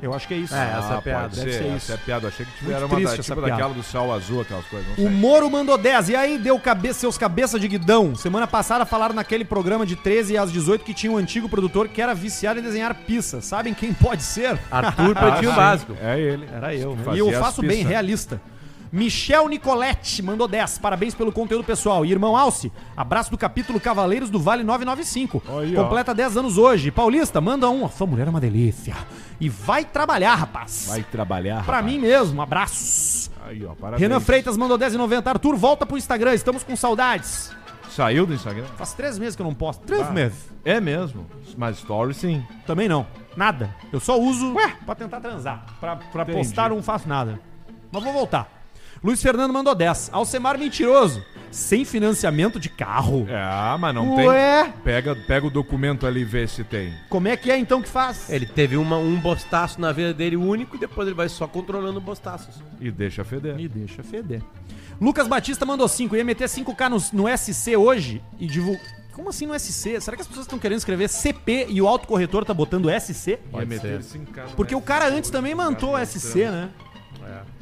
S1: Eu acho que é isso.
S2: Ah, Pode ser, essa é a piada. Eu achei que tiveram
S1: Muito
S2: uma da,
S1: triste
S2: tipo
S1: essa piada. Um
S2: daquela do sal azul, aquelas coisas. Não
S1: O
S2: sei.
S1: Moro mandou 10. E aí, deu cabeça, seus cabeça de guidão. Semana passada falaram naquele programa de 13 às 18 que tinha um antigo produtor que era viciado em desenhar pizza. Sabem quem pode ser?
S3: Arthur Pretinho
S1: sim.
S3: Básico.
S2: É ele.
S1: Era eu, né? E
S2: Fazia
S1: eu
S2: as
S1: faço bem,
S2: pizzas.
S1: realista. Michel Nicoletti mandou 10. Parabéns pelo conteúdo pessoal. E irmão Alce, abraço do capítulo Cavaleiros do Vale 995.
S2: ó.
S1: Completa 10 anos hoje. Paulista, manda um. Sua mulher é uma delícia. E vai trabalhar, rapaz.
S2: Vai trabalhar.
S1: Pra
S2: rapaz.
S1: mim mesmo, abraços.
S2: Aí, ó, parabéns.
S1: Renan Freitas mandou 10,90. Arthur, volta pro Instagram, estamos com saudades.
S2: Saiu do Instagram?
S1: Faz três meses que eu não posto. Três
S2: Ah,
S1: meses.
S2: É mesmo. Mas stories sim.
S1: Também não. Nada. Eu só uso pra tentar transar. Pra, pra
S2: Entendi.
S1: postar, eu não faço nada. Mas vou voltar. Luiz Fernando mandou 10. Alcemar mentiroso. Sem financiamento de carro.
S2: Ah, mas não
S1: Ué?
S2: tem. Pega, pega o documento ali e vê se tem.
S1: Como é que é então que faz?
S3: Ele teve uma- um bostaço na vida dele único e depois ele vai só controlando bostaços.
S2: E deixa feder.
S1: E deixa feder. Lucas Batista mandou 5. Ia meter 5K no, no SC hoje e divulgar. Como assim no SC? Será que as pessoas estão querendo escrever CP e o autocorretor tá botando SC?
S2: Vai meter 5K no
S1: Porque o cara antes também mantou SC, né?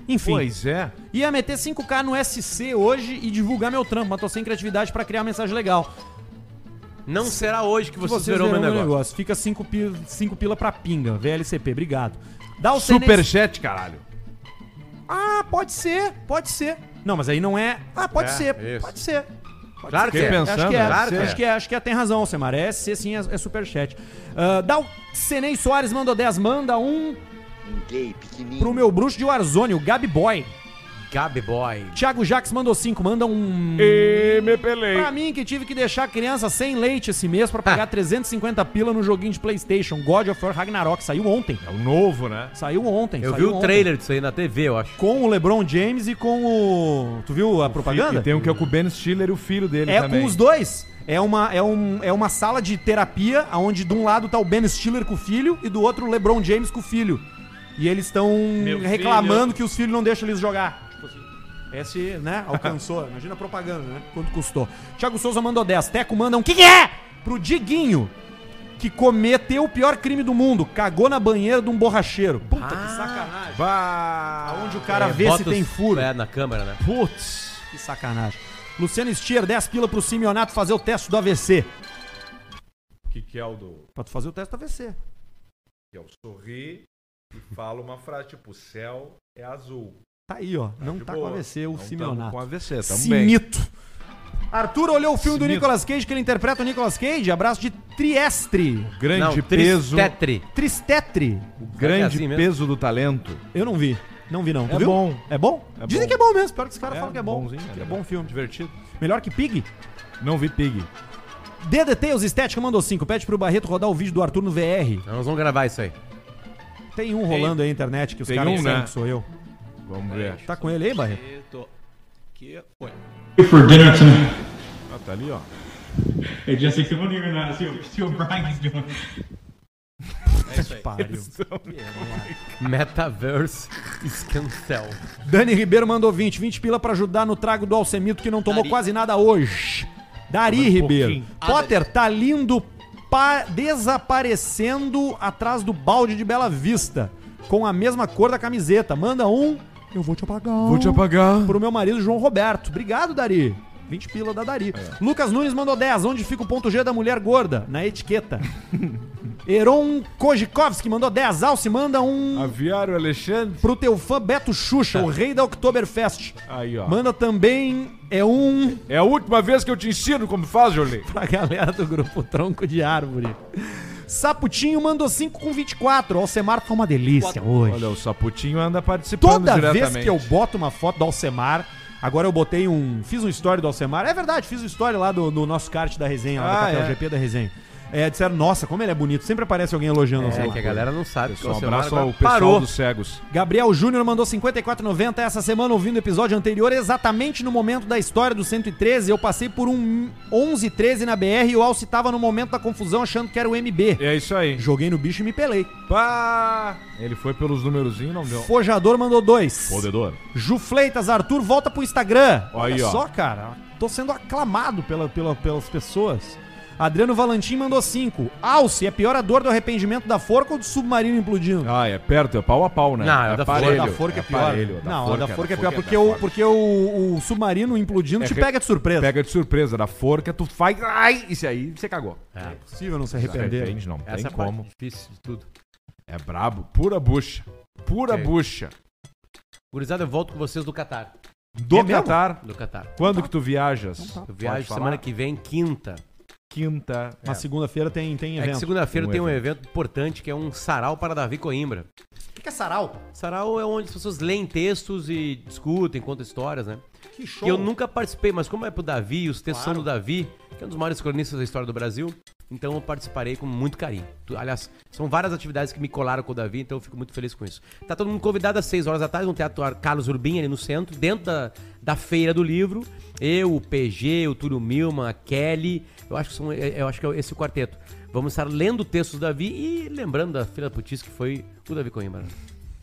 S1: Enfim.
S2: Pois é.
S1: Ia meter 5K no SC hoje e divulgar meu trampo, mas tô sem criatividade pra criar mensagem legal.
S3: Não será hoje que
S1: Que
S3: você
S1: vocês
S3: superou
S1: verão
S3: meu
S1: meu
S3: negócio.
S1: negócio. Fica 5 pila, cinco pila pra pinga, VLCP, obrigado. Dá o
S2: Superchat, caralho.
S1: Ah, pode ser, pode ser. Não, mas aí não é. Ah, pode
S2: É,
S1: ser,
S2: isso.
S1: pode ser. Pode
S2: Claro
S1: ser.
S2: que é. Fiquei
S1: acho
S2: pensando,
S1: que é,
S2: claro que é.
S1: acho que é, acho que é, tem razão, Semar. É SC sim, é, é superchat. Ah, dá o Senei Soares mandou 10, manda um
S13: Gay, pequenininho.
S1: pro meu bruxo de Warzone, o Gabi Boy.
S3: Gabi Boy.
S1: Thiago Jax mandou 5, manda um.
S2: E me pelei.
S1: Pra mim que tive que deixar a criança sem leite esse mês pra
S3: Ah.
S1: pagar 350 pila no joguinho de PlayStation. God of War Ragnarok saiu ontem.
S2: É o novo, né?
S1: Saiu ontem.
S3: Eu vi
S1: saiu
S3: o
S1: ontem.
S3: trailer disso aí na TV, eu acho.
S1: Com o LeBron James e com o. Tu viu a propaganda?
S2: E tem um que é com o Ben Stiller e o filho dele
S1: É
S2: também.
S1: com os dois. É uma, é, um, é uma sala de terapia onde de um lado tá o Ben Stiller com o filho e do outro o LeBron James com o filho. E eles estão
S2: Meu
S1: reclamando
S2: filho.
S1: que os filhos não deixam eles jogar. Tipo assim, Esse, né, alcançou. Imagina a propaganda, né? Quanto custou. Thiago Souza mandou 10. Teco manda um que que é? Pro Diguinho, que cometeu o pior crime do mundo. Cagou na banheira de um borracheiro. Puta que
S2: Ah.
S1: sacanagem. Aonde o cara
S3: É,
S1: vê se
S3: bota os-
S1: tem furo.
S3: É, na câmera, né?
S1: Putz, que sacanagem. Luciano Stier, 10 pila pro Simeonato fazer o teste do AVC.
S2: Que, que é o do.
S1: Pra tu fazer o teste do AVC.
S2: Que é o sorri e fala uma frase tipo: o céu é azul.
S1: Tá aí, ó. não
S2: de
S1: tá
S2: boa.
S1: com AVC o
S2: Não tamo
S1: Simeonato.
S2: com AVC, tamo
S1: Simito. Arthur olhou o filme do
S2: Simito.
S1: Nicolas Cage, que ele interpreta o Nicolas Cage. Abraço de Triestre.
S2: Grande
S3: Não,
S2: peso.
S3: Tristetri.
S1: Tristetri.
S2: O
S1: É
S2: grande
S3: assim mesmo?
S2: peso do talento.
S1: Eu não vi. Não vi, não. Tu
S2: É
S1: viu?
S2: bom.
S1: É bom?
S2: É
S1: Dizem
S2: bom.
S1: que é bom mesmo. Pior que os caras
S2: É,
S1: falam que é bom.
S2: bonzinho,
S1: que
S2: é
S1: é,
S2: legal.
S1: bom filme.
S2: Divertido.
S1: Melhor que Pig?
S2: Não vi Pig.
S1: DDT, os Estética mandou 5. Pede pro Barreto rodar o vídeo do Arthur no VR.
S3: Então nós vamos gravar isso aí.
S1: Tem um rolando aí na internet que os
S2: Tem
S1: caras
S2: um,
S1: sabem
S2: né?
S1: que sou eu.
S2: Vamos ver.
S1: Tá com ele aí, Barreto?
S14: Que foi?
S13: for dinner tonight.
S2: Ah, tá ali, ó.
S13: Hey, Jesse, come on here and uh, see, what, see what Brian's doing.
S3: É isso aí. Metaverse Scancel.
S1: Dani Ribeiro mandou 20, 20 pila pra ajudar no trago do Alcemito que não tomou quase nada hoje. Dari
S2: Tomando um
S1: Ribeiro.
S2: pouquinho. Ah,
S1: Potter tá lindo pa- desaparecendo atrás do balde de Bela Vista, com a mesma cor da camiseta. Manda um, eu vou te apagar.
S2: Vou te apagar.
S1: Pro meu marido João Roberto. Obrigado, Dari. 20 pila da Dari.
S2: É.
S1: Lucas Nunes mandou 10. Onde fica o ponto G da mulher gorda? Na etiqueta. Heron Kojikovski mandou 10. Alce manda um.
S2: Aviário Alexandre.
S1: Pro teu fã Beto Xuxa,
S2: Tá.
S1: o rei da Oktoberfest.
S2: Aí, ó.
S1: Manda também. É um.
S2: É a última vez que eu te ensino como faz, Jolie.
S1: Pra galera do grupo Tronco de Árvore. Saputinho mandou 5 com 24. Alcemar tá uma delícia hoje.
S2: Olha, o Saputinho anda participando
S1: Toda
S2: diretamente.
S1: vez que eu boto uma foto do Alcemar, agora eu botei um. Fiz um story do Alcemar. É verdade, fiz um story lá do, do nosso kart da resenha, lá
S2: Ah,
S1: da Café
S2: é.
S1: GP da resenha. É, disseram, nossa, como ele é bonito. Sempre aparece alguém elogiando o
S3: É,
S1: Alcemar.
S3: que a galera não sabe. que o
S2: Um
S3: Alcemar
S2: abraço
S3: agora
S2: ao pessoal
S3: parou.
S2: dos cegos.
S1: Gabriel Júnior mandou 54,90 essa semana ouvindo o episódio anterior, exatamente no momento da história do 113. Eu passei por um 11,13 na BR e o Alce tava no momento da confusão achando que era o MB.
S2: É isso aí.
S1: Joguei no bicho e me pelei.
S2: Pá! Ele foi pelos numerozinhos, não deu.
S1: Forjador mandou dois.
S2: Fodedor.
S1: Ju Fleitas, Arthur, volta pro Instagram.
S2: Aí,
S1: Olha
S2: ó.
S1: só, cara. Tô sendo aclamado pela, pela- pelas pessoas. Adriano Valentim mandou cinco. Alce, é pior a dor do arrependimento da forca ou do submarino implodindo?
S2: Ah, é perto, é pau a pau, né?
S3: Não, é
S2: é
S3: da
S2: aparelho,
S1: da forca é pior.
S2: aparelho, da
S1: não, a da forca é pior, porque,
S2: da
S1: o,
S2: forca.
S1: porque o, o submarino implodindo
S2: É
S1: te
S2: re-
S1: pega de surpresa.
S2: Pega de surpresa, da forca tu faz. Ai, isso aí você cagou.
S3: É.
S1: É impossível não se
S2: Se
S1: arrepender.
S2: arrepende, não
S3: Essa é
S2: tem
S3: a parte
S2: como.
S3: difícil de tudo.
S2: É brabo, pura bucha. Pura
S3: Sim.
S2: bucha.
S3: Gurizada, eu volto com vocês do Catar.
S2: Do
S1: É mesmo? Então tá.
S2: Catar.
S3: Do Catar.
S2: Quando que tu viajas?
S3: Eu viajo semana que vem, quinta.
S2: quinta.
S1: Mas
S2: É.
S1: segunda-feira tem, tem
S3: É que
S1: evento.
S3: segunda-feira
S2: Um
S3: tem um evento importante que é um sarau para Davi Coimbra.
S1: O que é sarau?
S3: Sarau é onde as pessoas leem textos e discutem, contam histórias, né?
S1: Que
S3: Que eu nunca participei, mas como é pro Davi, os textos são do Davi, que é um dos maiores cronistas da história do Brasil, então eu participarei com muito carinho. Tu- Aliás, são várias atividades que me colaram com o Davi, então eu fico muito feliz com isso. Tá todo mundo convidado às 6 horas da tarde no Teatro Ar- Carlos Urbim, ali no centro, dentro da, da feira do livro. Eu, o PG, o Túlio Milman, a Kelly, eu acho que, são, é- eu acho que é esse o quarteto. Vamos estar lendo textos do Davi e lembrando da Fila Putis, que foi o Davi Coimbra. né?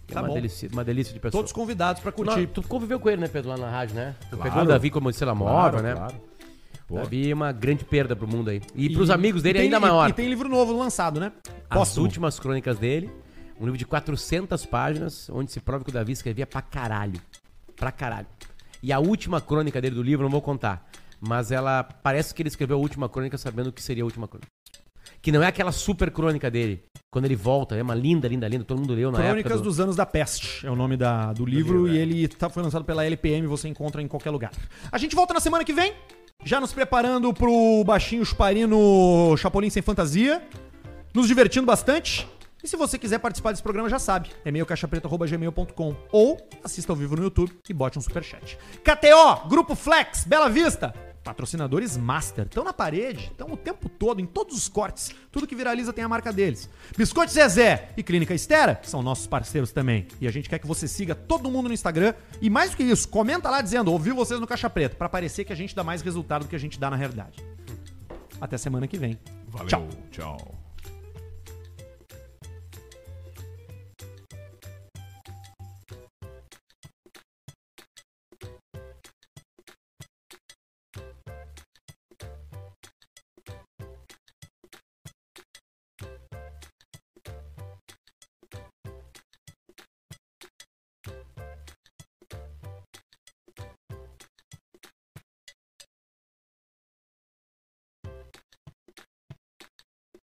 S1: Tá
S3: uma,
S1: bom.
S3: delícia, uma delícia de pessoa.
S1: Todos convidados pra
S3: Não,
S1: curtir.
S3: tu conviveu com ele, né, Pedro, lá na rádio, né? Tu
S2: Claro.
S3: pegou o Davi como estrela móvel, né?
S2: Pô.
S3: Davi é uma grande perda pro mundo aí. E, pros amigos dele
S1: e tem
S3: ainda
S1: li-
S3: maior.
S1: E tem livro novo lançado, né?
S3: As
S1: Póstumo.
S3: últimas crônicas dele, um livro de 400 páginas, onde se prova que o Davi escrevia pra caralho. Pra caralho. E a última crônica dele do livro, eu não vou contar. Mas ela parece que ele escreveu a última crônica sabendo o que seria a última crônica. Que não é aquela super crônica dele. Quando ele volta, é uma linda, linda, linda. Todo mundo leu na época.
S1: Crônicas
S3: do-
S1: dos Anos da Peste é o nome da, do livro e ele tá, foi lançado pela LPM, você encontra em qualquer lugar. A gente volta na semana que vem, já nos preparando pro baixinho chuparino Chapolin Sem Fantasia, nos divertindo bastante. E se você quiser participar desse programa, já sabe, é meio caixapreta.gmail.com ou assista ao vivo no YouTube e bote um superchat. KTO, Grupo Flex, Bela Vista, patrocinadores Master, estão na parede, estão o tempo todo, em todos os cortes, tudo que viraliza tem a marca deles. Biscoito Zezé e Clínica Estera são nossos parceiros também. E a gente quer que você siga todo mundo no Instagram e mais do que isso, comenta lá dizendo, ouviu vocês no Caixa Preta, pra parecer que a gente dá mais resultado do que a gente dá na realidade. Até semana que vem.
S2: Valeu,
S1: Tchau.
S2: tchau.